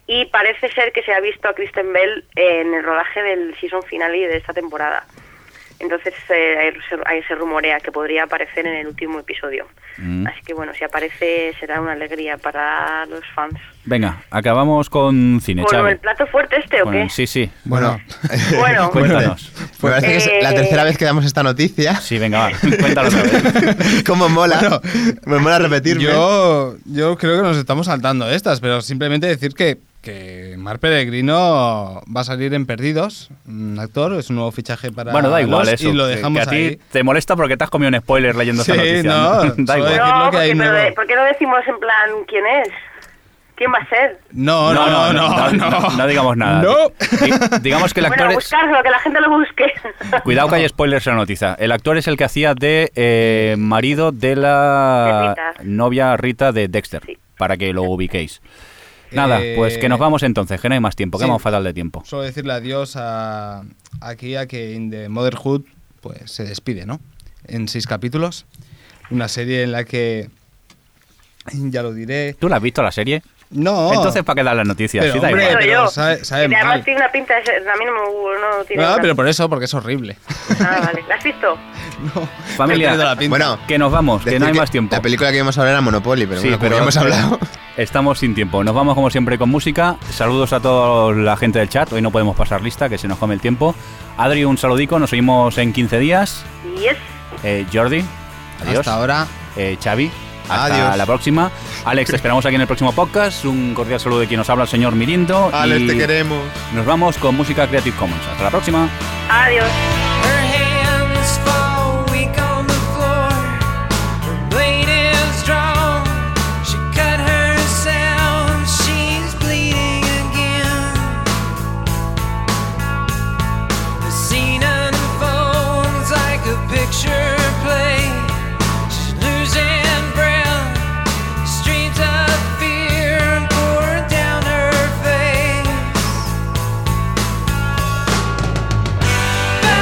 Y parece ser que se ha visto a Kristen Bell en el rodaje del season finale de esta temporada. Entonces eh, ahí se- ahí se rumorea que podría aparecer en el último episodio. Mm. Así que bueno, si aparece será una alegría para los fans. Venga, acabamos con cine, Bueno, Xavi. el plato fuerte este o Con el- qué? Sí, sí. Bueno, Bueno, Cuéntanos. Me parece que es la Eh, tercera vez que damos esta noticia. Sí, venga, va. Cuéntalo otra vez. Cómo mola. me mola repetirme. yo, yo creo que nos estamos saltando estas, pero simplemente decir que, que Mar Peregrino va a salir en Perdidos, un actor, es un nuevo fichaje para. Bueno, da igual los- eso. Y lo que- dejamos que a ti ahí. te molesta porque te has comido un spoiler leyendo Sí, esta noticia. no, da soy- igual. decirlo no, que hay porque, pero, nuevo. de- ¿por qué no decimos en plan quién es? ¿Quién va a ser? No, no, no, no, no, no, no digamos nada. No. Di- digamos que el actor Bueno, es- buscarlo, que la gente lo busque. Cuidado que hay spoilers en la noticia. El actor es el que hacía de eh, marido de la De Rita. novia Rita de Dexter, Sí. para que lo ubiquéis. Nada, Eh, pues que nos vamos entonces, que no hay más tiempo, que sí. vamos fatal de tiempo. Solo decirle adiós a aquí a que in The Motherhood pues se despide, ¿no? En seis capítulos. Una serie en la que ya lo diré. ¿Tú la has visto la serie? No. Entonces, ¿para qué dar las noticias? Oh. Pero, Sí, da hombre, igual. pero sabe- sabe Y además mal. tiene una pinta de ser- a mí no me no tiene No, una- Ah, pero por eso, porque es horrible. Ah, vale. ¿La has visto? No. Familia. he perdido la pinta. Bueno, Que nos vamos, que decir no hay más tiempo. La película que íbamos a hablar era Monopoly, pero Sí, bueno, como pero- ya hemos hablado. Estamos sin tiempo. Nos vamos como siempre con música. Saludos a toda la gente del chat. Hoy no podemos pasar lista, que se nos come el tiempo. Adri, un saludico. Nos seguimos en 15 días. Y es Eh, Jordi, adiós. Hasta ahora. Eh, Xavi, hasta Adiós. la próxima. Alex, te esperamos aquí en el próximo podcast. Un cordial saludo de quien nos habla, el señor Mirindo. Alex, y te queremos. Nos vamos con música Creative Commons. Hasta la próxima. adiós. Her hands fall weak on the floor. Her blade is drawn. She cut herself. She's bleeding again. The scene unfolds like a picture play. She's losing breath. Streams of fear pour down her face. But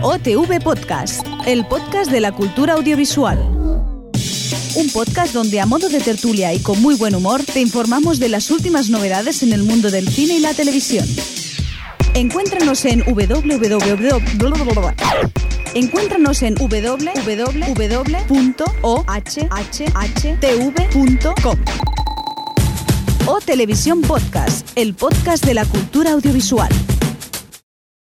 OTV Podcast, el podcast de la cultura audiovisual. Un podcast donde a modo de tertulia y con muy buen humor te informamos de las últimas novedades en el mundo del cine y la televisión. Encuéntranos en www. Encuéntranos en www.ohhtv.com. O Televisión Podcast, el podcast de la cultura audiovisual.